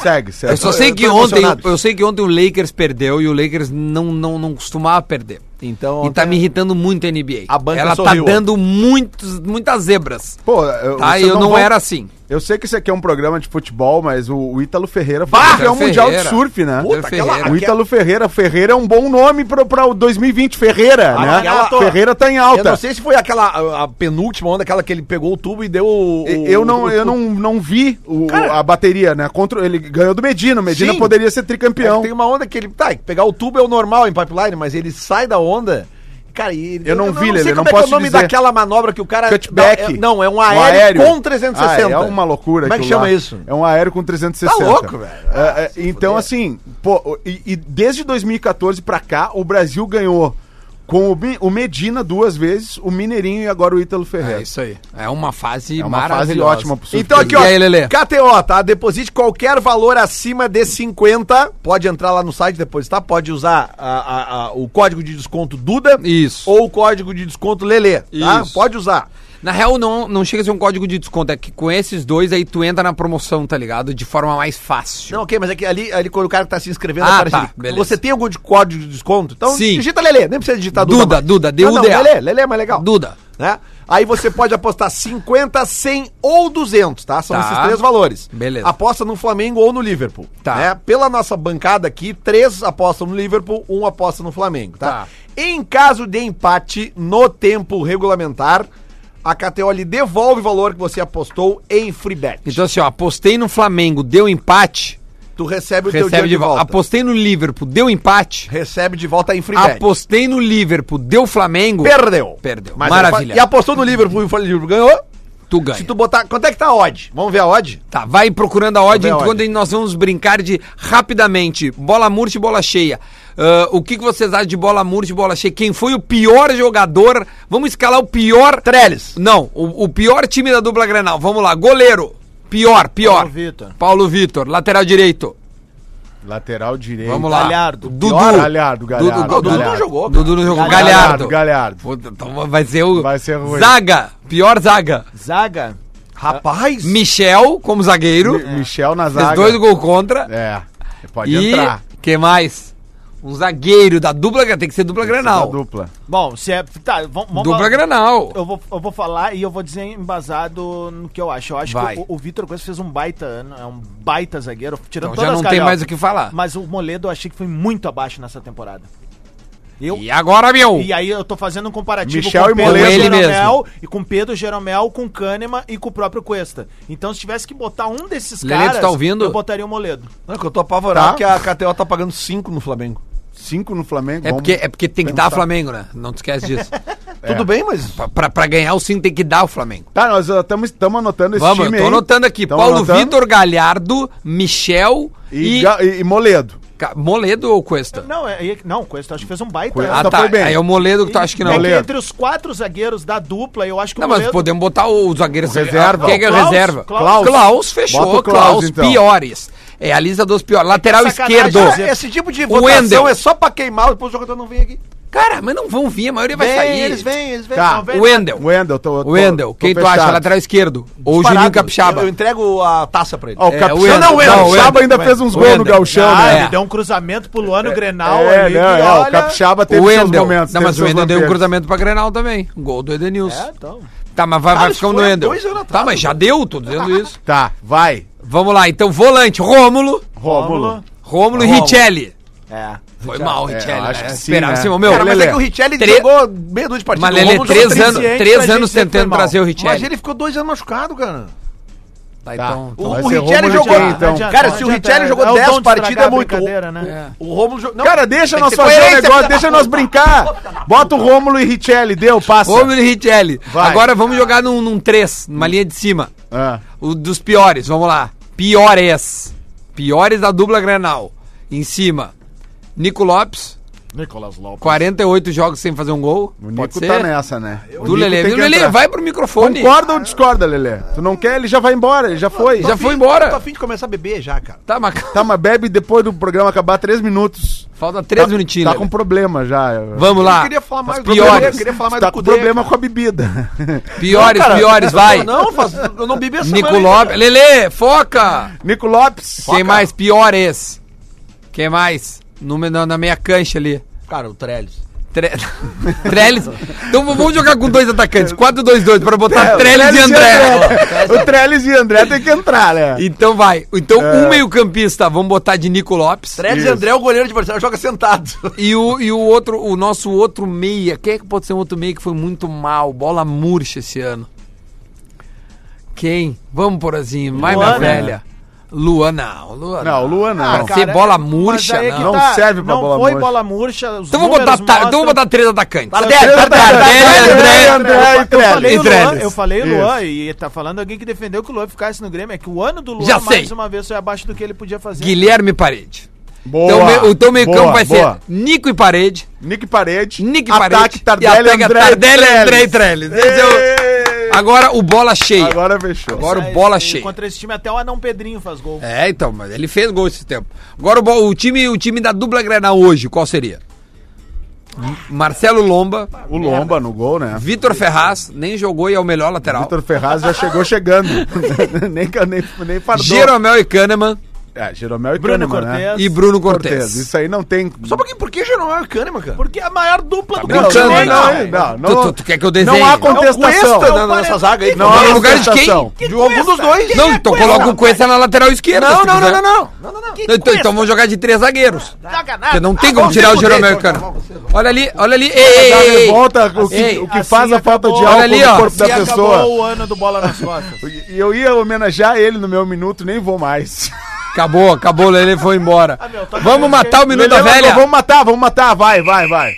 Segue, segue.
Eu só sei
tô
que ontem,
emocionado.
eu sei que ontem o Lakers perdeu e o Lakers não não, não costumava perder.
Então,
E tá
ontem-
me irritando muito a NBA.
A banca
Ela
sorriu.
tá dando muitos, muitas zebras.
Pô, eu,
Tá,
vocês
eu não
vão-
era assim.
Eu sei que isso aqui é um programa de futebol, mas o, o Ítalo Ferreira foi
Bah!
campeão
Ítalo
mundial de
Ferreira.
surf, né?
Ítalo
aquela-
Ferreira.
O Ítalo Ferreira. Ferreira é um bom nome pro, pra o 2020, Ferreira, né?
Ah, aquela-
Ferreira tá em
Eu
alta.
não sei se foi aquela a, a penúltima onda, aquela que ele pegou o tubo e deu o.
E-
o-
Eu não,
o-
eu não, não vi o- a bateria, né? Contra, ele ganhou do Medina. O Medina
Sim.
poderia ser
É que
tricampeão.
tem uma onda que ele. Tá, que pegar o tubo é o normal em pipeline, mas ele sai da onda. Cara, e ele,
Eu não vi, Lelê,
sei
não
como é que
posso
é o nome
dizer.
daquela manobra que o cara.
Cutback.
Não, é, não, é um
Um
aéreo,
aéreo.
com 360.
Ah, é uma loucura.
Como é que
aquilo
chama
lá.
isso?
É um aéreo com 360.
Tá louco, velho.
É, é, então, assim, pô, e, e desde 2014 pra cá, o Brasil ganhou com o, Mi- o Medina duas vezes, o Mineirinho e agora o Ítalo Ferreira.
É isso aí. É uma fase
É uma fase
maravilhosa.
ótima pro surf
Então aqui, ó,
E aí, Lelê?
KTO, tá? Deposite qualquer valor acima de 50. Pode entrar lá no site depositar, pode usar a- a- a- o código de desconto Duda
Isso.
ou o código de desconto Lelê, tá?
Isso.
Pode usar.
Na real, não, não chega a ser um código de desconto. É que com esses dois aí tu entra na promoção, tá ligado? De forma mais fácil.
Não, ok, mas é que ali, ali quando o cara tá se inscrevendo,
Ah,
aparece
tá,
ali,
beleza.
você tem algum de código de desconto? Então
Sim.
digita Lelê, nem precisa digitar
Duda,
mais.
Duda,
não, não,
D-U-D-A.
Lelê, Lelê é mais legal.
Duda.
Né? Aí você pode apostar 50, 100 ou 200, tá? São
Tá.
esses três valores.
Beleza.
Aposta no Flamengo ou no Liverpool.
Tá.
né? Pela nossa bancada aqui, três apostam no Liverpool, um aposta no Flamengo, tá?
Tá.
Em caso de empate no tempo regulamentar, a KTO lhe devolve o valor que você apostou em free bet.
Então assim, ó, apostei no Flamengo, deu empate,
tu recebe o teu
recebe
dinheiro
de volta. Apostei no Liverpool, deu empate,
Recebe de volta em free bet.
apostei no Liverpool, deu Flamengo,
Perdeu.
Perdeu.
Mas é
Maravilha.
E apostou no Liverpool e o Liverpool ganhou.
tu ganha.
Se tu botar. Quanto é que tá a odd? Vamos ver a odd?
Tá, vai procurando a odd
Vamos ver a
enquanto
odd.
nós vamos brincar de rapidamente bola murcha e bola cheia. Ah, o que, que vocês acham de bola murcha e bola cheia? Quem foi o pior jogador? Vamos escalar o pior.
Trellis.
Não, o, o pior time da dupla Grenal. Vamos lá, goleiro. Pior, pior.
Paulo Vitor.
Paulo Vitor, lateral direito.
Lateral direito.
Vamos lá.
Galhardo.
Dudu.
Pior? Galhardo, Galhardo,
Dudu, Dudu
Galhardo.
não jogou. cara. Dudu não jogou. Galhardo.
Galhardo, Galhardo.
Puta, então vai ser o.
Vai ser ruim.
Zaga. Pior zaga.
Zaga.
Rapaz!
Michel como zagueiro.
Mi- Michel na
Fez
zaga.
dois gols contra.
É. Pode
e
entrar.
que mais? Um zagueiro da dupla, tem que ser dupla Grenal.
dupla.
Bom, se é. Tá, vamos. vamos
Dupla
falar-
Grenal.
Eu vou, eu vou falar e eu vou dizer embasado no que eu acho. Eu acho
Vai.
que o, o Vitor Costa fez um baita ano, é um baita zagueiro, tirando
Então, já
todas as
não tem
cariocas.
mais o que falar.
Mas o Moledo eu achei que foi muito abaixo nessa temporada. Eu,
E agora, meu?
E aí eu tô fazendo um comparativo
Michel e
com o Pedro
Moledo.
Com ele
Jeromel e com Pedro Jeromel, com Kahneman e com o próprio Cuesta. Então se tivesse que botar um desses
Lelê, tu
caras,
tá ouvindo?
eu botaria o Moledo.
Não, que eu tô apavorado
Tá.
que a KTO tá pagando 5 no Flamengo.
Cinco no Flamengo.
É
vamos-
porque, é porque tem que
Vamos
dar
tá.
Flamengo, né? Não te esquece
<laughs>
disso. É.
Tudo bem, mas.
pra, pra- pra ganhar o sim tem que dar o Flamengo.
Tá, nós estamos anotando esse
Vamos,
time
eu tô
aí.
anotando aqui.
Tamo
Paulo
anotando.
Vitor Galhardo, Michel
E,
e...
Ga- e- e Moledo.
Ca- Moledo ou Cuesta?
Não, é, é- não, o Cuesta acho que fez um baita.
Cuesta
Ah, tá.
foi bem.
Aí é o Moledo que tu acha que não.
É
Moledo.
entre os quatro zagueiros da dupla, eu acho que
Não, mas podemos botar o zagueiro
reserva.
Quem é que é o
Klaus,
reserva?
Klaus.
Klaus fechou.
Bota o
Klaus,
Klaus, então.
piores. É a lista dos piores. Lateral
sacanagem,
esquerdo.
né?
Esse tipo de
Wendel.
votação é só pra queimar, depois o jogador não vem aqui.
Cara, mas não vão vir, a maioria vai sair.
vêm, eles vêm.
Tá.
Não vem.
O Wendel.
Wendel, tô, tô,
Wendel.
tô
Quem tu
fechado.
acha? Lateral esquerdo. Ou o
Parado.
Juninho Capixaba.
Eu, eu entrego a taça pra ele.
Ó, o
É,
Capixaba,
o Wendel.
não, o Wendel.
Não, o
Capixaba
Wendel
ainda
também.
fez uns
O
gols no
Wendel. Ah,
Gauchão,
Ah,
né?
É.
ele deu um cruzamento pro ano Grenal
É,
ali,
não,
que
é, o
olha-
Capixaba teve
O
seus
Wendel.
momentos.
Não,
teve
mas o
seus
Wendel deu um
lampejos.
cruzamento pra Grenal também. Gol do Edenilson.
É, então.
Tá, mas vai,
Ah,
vai
isso
ficando no
foi há
Wendel.
dois anos atrás,
Tá, mas já deu, tô dizendo isso.
<laughs> Tá, vai.
Vamos lá, então, volante. Rômulo.
Rômulo.
Rômulo e Richelli.
É.
Foi mal,
É,
Richelli.
eu acho
né?
que sim,
Esperava
né?
sim, meu.
Cara,
Mas
Lelê.
é que o Richelli
Tre-
jogou meia dúzia de partidas.
Mas Lelê, três anos, três anos tentando trazer o
Mas
Richelli.
ele ficou dois anos machucado, cara.
Tá,
Tá.
então.
Então vai
o
ser
Richelli
Rômulo e
jogou-
Richelli,
Não
então.
adianta,
Cara,
não
se o
adianta,
Richelli
é-
jogou
é o
10
dom de
partidas,
estragar
é
a
muito.
brincadeira, né?
O Romulo jogou. não,
Cara, deixa
tem
nós
que ter
fazer o
coerência,
negócio,
né?
filha da
deixa nós
<laughs>
puta.
brincar. Bota o Rômulo e Richelli, deu, passa.
Rômulo e Richelli.
Vai.
Agora vamos jogar num- num 3, numa linha de cima.
Ah,
O dos piores, vamos lá. Piores. Piores da dupla Grenal. Em cima, Nico Lopes.
Nicolas Lopes.
48 jogos sem fazer um gol.
o
Pode
Nico
ser.
tá nessa, né? O
Do
Nico
Lelê.
tem
Viu,
que
Lelê,
entrar.
vai pro microfone.
Concorda ou discorda, Lelê? Tu não quer, ele já vai embora, ele já foi.
Já foi
Tô a
embora.
fim de começar a beber já, cara.
Tá, mas
Tá, mas bebe depois do programa acabar três minutos.
falta 3
tá,
minutinhos.
Tá
Lelê.
com problema já.
Vamos
Eu
lá.
queria falar mais
As
do Cudê, eu
piores.
queria falar mais
tá
do
com
Cudê.
problema com a bebida.
Piores,
cara,
piores, vai.
Não, faz- eu não bebi essa
Nico
semana
Lopes. Lelê, foca!
Nico Lopes.
Quem mais? Piores. Quem mais? No, na, na meia cancha ali.
ainda. Cara, o Trellis.
Tre... <laughs> Trellis. Então v- vamos jogar com dois atacantes. 4-2-2 para botar Trellis e André.
o Trellis e André tem que entrar, né?
Então vai. Então
É.
um meio-campista, vamos botar de Nico Lopes.
Trellis e
Isso.
André é o goleiro de Barcelona, joga <laughs> sentado.
E o, e o outro, o nosso outro meia. Quem é que pode ser um outro meia que foi muito mal? Bola murcha esse ano. Quem? Vamos por assim, mais minha
Luan, né?
velha. Luan, não. Luan,
Não, o Luan não.
Ah, cara,
Ser bola
Mas
murcha,
aí é que
não.
Não
tá,
serve pra
não
bola
foi
murcha.
bola murcha. Os
Então vamos botar,
números
tá,
mostram- Tá
então vamos botar três atacantes.
Tardelli,
Tardelli, André.
André e
Eu falei,
Trellis.
o
E
Luan,
Trellis.
eu falei o
Isso.
Luan e tá falando alguém que defendeu que o Luan ficasse no Grêmio. É que o ano do Luan,
Já
mais
sei.
uma vez, foi abaixo do que ele podia fazer.
Guilherme Parede.
Boa,
então, me- o teu meio
boa,
campo vai
boa.
ser Nico e Parede,
Nick Parede.
Nick e
Ataque,
Parede
Tardelli,
e a
André
Tardelli,
e
André e
Trellis.
Trellis. Esse é o-
Ei!
Agora o bola cheia.
Agora fechou.
Agora
Mas,
o bola
e
cheia.
Contra esse time, até o Anão Pedrinho faz gol.
É, então, mas ele fez gol esse tempo. Agora o, bo- o time, o time da dupla Grenal hoje, qual seria? M- Marcelo Lomba,
O Lomba no gol, né?
Vitor Ferraz, nem jogou e é o melhor lateral.
Vitor Ferraz já chegou chegando. <laughs> nem, ca- nem, nem fardou.
Jeromel e Kahneman
É, Jeromel e
Bruno
Kahneman,
Cortez.
e Bruno
Cortez.
Cortez.
Isso aí não tem...
Só um pouquinho, por que Jeromel e Kahneman, cara?
Porque é a maior dupla do
Não,
Cortez,
não,
continente.
não,
velho.
né? não, não.
Tu- tu- tu quer que eu desenhe?
Não
Tá.
há
Não,
contestação.
É Cuesta na- nessa zaga aí.
Não
cara.
há
No lugar de quem?
contestação.
de algum um dos dois.
Não, então coloca o Cuesta na lateral esquerda.
Não,
se
não, não,
quiser.
não, não. Não, não, não.
Então, então, então vamos jogar de três zagueiros.
Zaga nada.
Porque não tem como tirar o Jeromel e Kahneman. Olha ali, olha ali. Ei,
Dá
ei, ei.
revolta, o que,
Ei,
o que faz
assim
a falta de
acabou.
álcool
Olha ali,
no
ó, Assim
corpo da
E
pessoa.
acabou o ano do bola nas costas.
E eu ia homenagear ele no meu minuto, nem vou mais.
Acabou, acabou, o Lelê foi embora.
meu, tá
Vamos
vendo
matar é o Minuto da
Lelê mandou,
Velha.
Vamos matar, vamos matar, vai, vai, vai.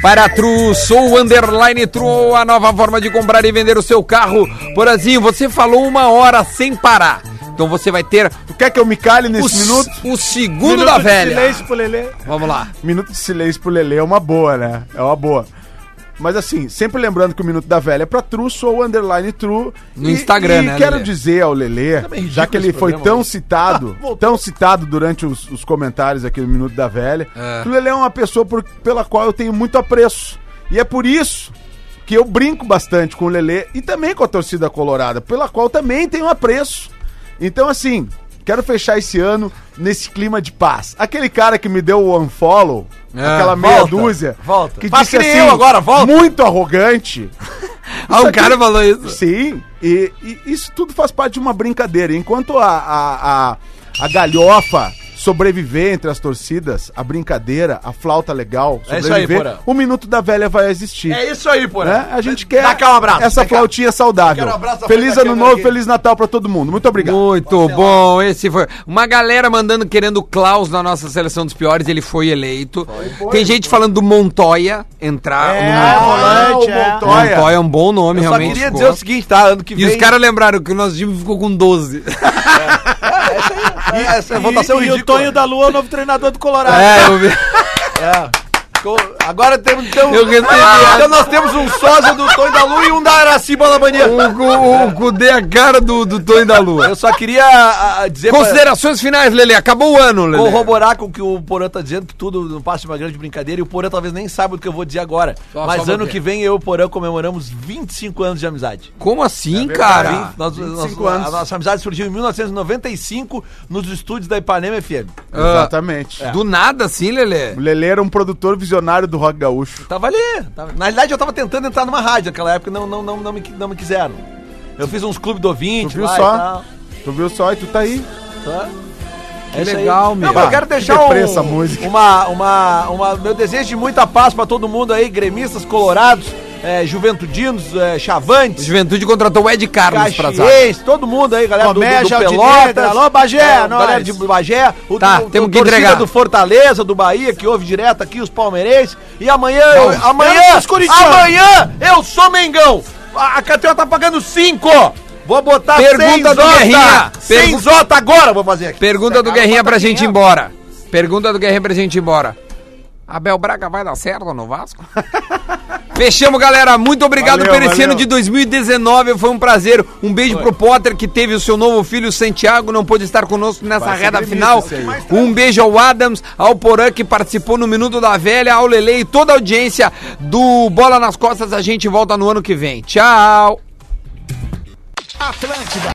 Para a Tru, sou underline Tru, a nova forma de comprar e vender o seu carro. Porazinho, você falou uma hora sem parar. Então você vai ter
Tu quer que eu me cale
o,
nesse
s-
minuto?
o segundo da
de
velha.
Silêncio pro Lelê.
Vamos lá.
Minuto de silêncio pro Lelê é uma boa, né? É uma boa. Mas assim, sempre lembrando que o Minuto da Velha é pra True, sou underline True.
No Instagram,
e
né,
quero
Lelê?
dizer ao
Tá
Lelê, já que ele foi
<laughs>
tão
Ah,
citado, tão citado durante os, os comentários aqui do Minuto da Velha,
É.
que o Lelê é uma pessoa por- pela qual eu tenho muito apreço. E é por isso que eu brinco bastante com o Lelê e também com a torcida colorada, pela qual também tenho apreço. Então, assim, Quero fechar esse ano nesse clima de paz. Aquele cara que me deu o unfollow, aquela meia
É. volta,
dúzia,
volta.
que
Faz
disse
que nem eu
assim,
agora, volta.
muito arrogante.
Ah,
Isso
o
aqui-
cara falou isso.
Sim, e, e isso tudo faz parte de uma brincadeira. Enquanto a, a, a, a galhofa sobreviver entre as torcidas, a brincadeira, a flauta legal,
É isso aí,
sobreviver,
Porã.
o Minuto da Velha vai
<laughs>
existir.
É isso aí, porra.
Né? A gente quer
Dá cá um abraço,
essa
dá cá.
flautinha saudável.
Eu quero um abraço à frente
feliz
da
ano
câmera
novo,
aqui.
feliz Natal pra todo mundo. Muito obrigado.
Muito bom, esse foi. Uma galera mandando querendo o Klaus na nossa seleção dos piores, ele foi eleito. Tem gente falando do Montoya entrar.
É,
o
volante,
o
é.
Montoya.
Montoya é um bom nome,
Eu só
realmente.
queria
ficou.
dizer o seguinte, tá? Ano que
E
vem.
os caras lembraram que o nosso time ficou com 12.
É, Essa votação
e, e o
ridícula.
Tonho da Lua é o novo treinador do Colorado.
É, <laughs> eu vi.
É. Co- Agora temos. Então,
Eu recebi essa.
então nós temos um sósia do Tonho da Lua e um da Araciba da Mania.
O, o, o Cudê é a cara do, do Tonho da Lua.
Eu só queria a- a dizer. pra-
Considerações finais, Lele. Acabou o ano, Lele.
Corroborar com o que o Porã tá dizendo, que tudo não passa de uma grande brincadeira, e o Porã talvez nem saiba do que eu vou dizer agora.
Só-
Mas
só
ano
você.
que vem eu e o Porã comemoramos 25 anos de amizade.
Como assim, cara?
Vinte- nós, nós- A nossa amizade surgiu em 1995 nos estúdios da Ipanema FM.
Ah,
Exatamente.
É.
Do nada, assim,
O
Lele?
Lele era um produtor visionário do rock gaúcho.
Tava ali. tava- Na realidade, eu tava tentando entrar numa rádio naquela época, não, não, não, não, me, qui- não me quiseram. Eu fiz uns clubes do
Tu
ouvinte,
viu
lá e
só?
tal,
Tu viu só e tu tá aí.
tá?
Que legal, meu.
meu. Eu quero
Que
deixar um,
deprê essa música.
Uma, uma, uma- meu desejo de muita paz pra todo mundo aí, gremistas, colorados, eh, juventudinos, eh, chavantes,
Juventude contratou o Ed Carlos pra zaga.
caxienses, todo mundo aí, galera
Comé, Jaldinei, alô, Bagé,
é,
nós.
galera de Bagé, o
Tá,
do,
temos
do-
que
torcida
entregar.
do Fortaleza, do Bahia, que ouve direto aqui os palmeirenses, e amanhã, eu-
Não,
amanhã,
espera os corintianos.
amanhã eu sou Mengão, a, a KTO tá pagando 5, vou botar
Pergunta do Guerrinha.
seis zota agora eu vou fazer aqui. Tá,
Pergunta do Guerrinha pra gente ir embora. Pergunta do Guerrinha pra gente ir embora. Abel Braga vai dar certo no
<laughs>
Vasco? Fechamos, galera. Muito obrigado
Valeu,
por esse
valeu.
ano de 2019. Foi um prazer. Um beijo pro Potter, que teve o seu novo filho, Santiago, não pôde estar conosco nessa
Vai ser
reta
gremista
final.
esse aí.
Um beijo ao Adams, ao Porã, que participou no Minuto da Velha, ao Lele e toda a audiência do Bola nas Costas. A gente volta no ano que vem. Tchau!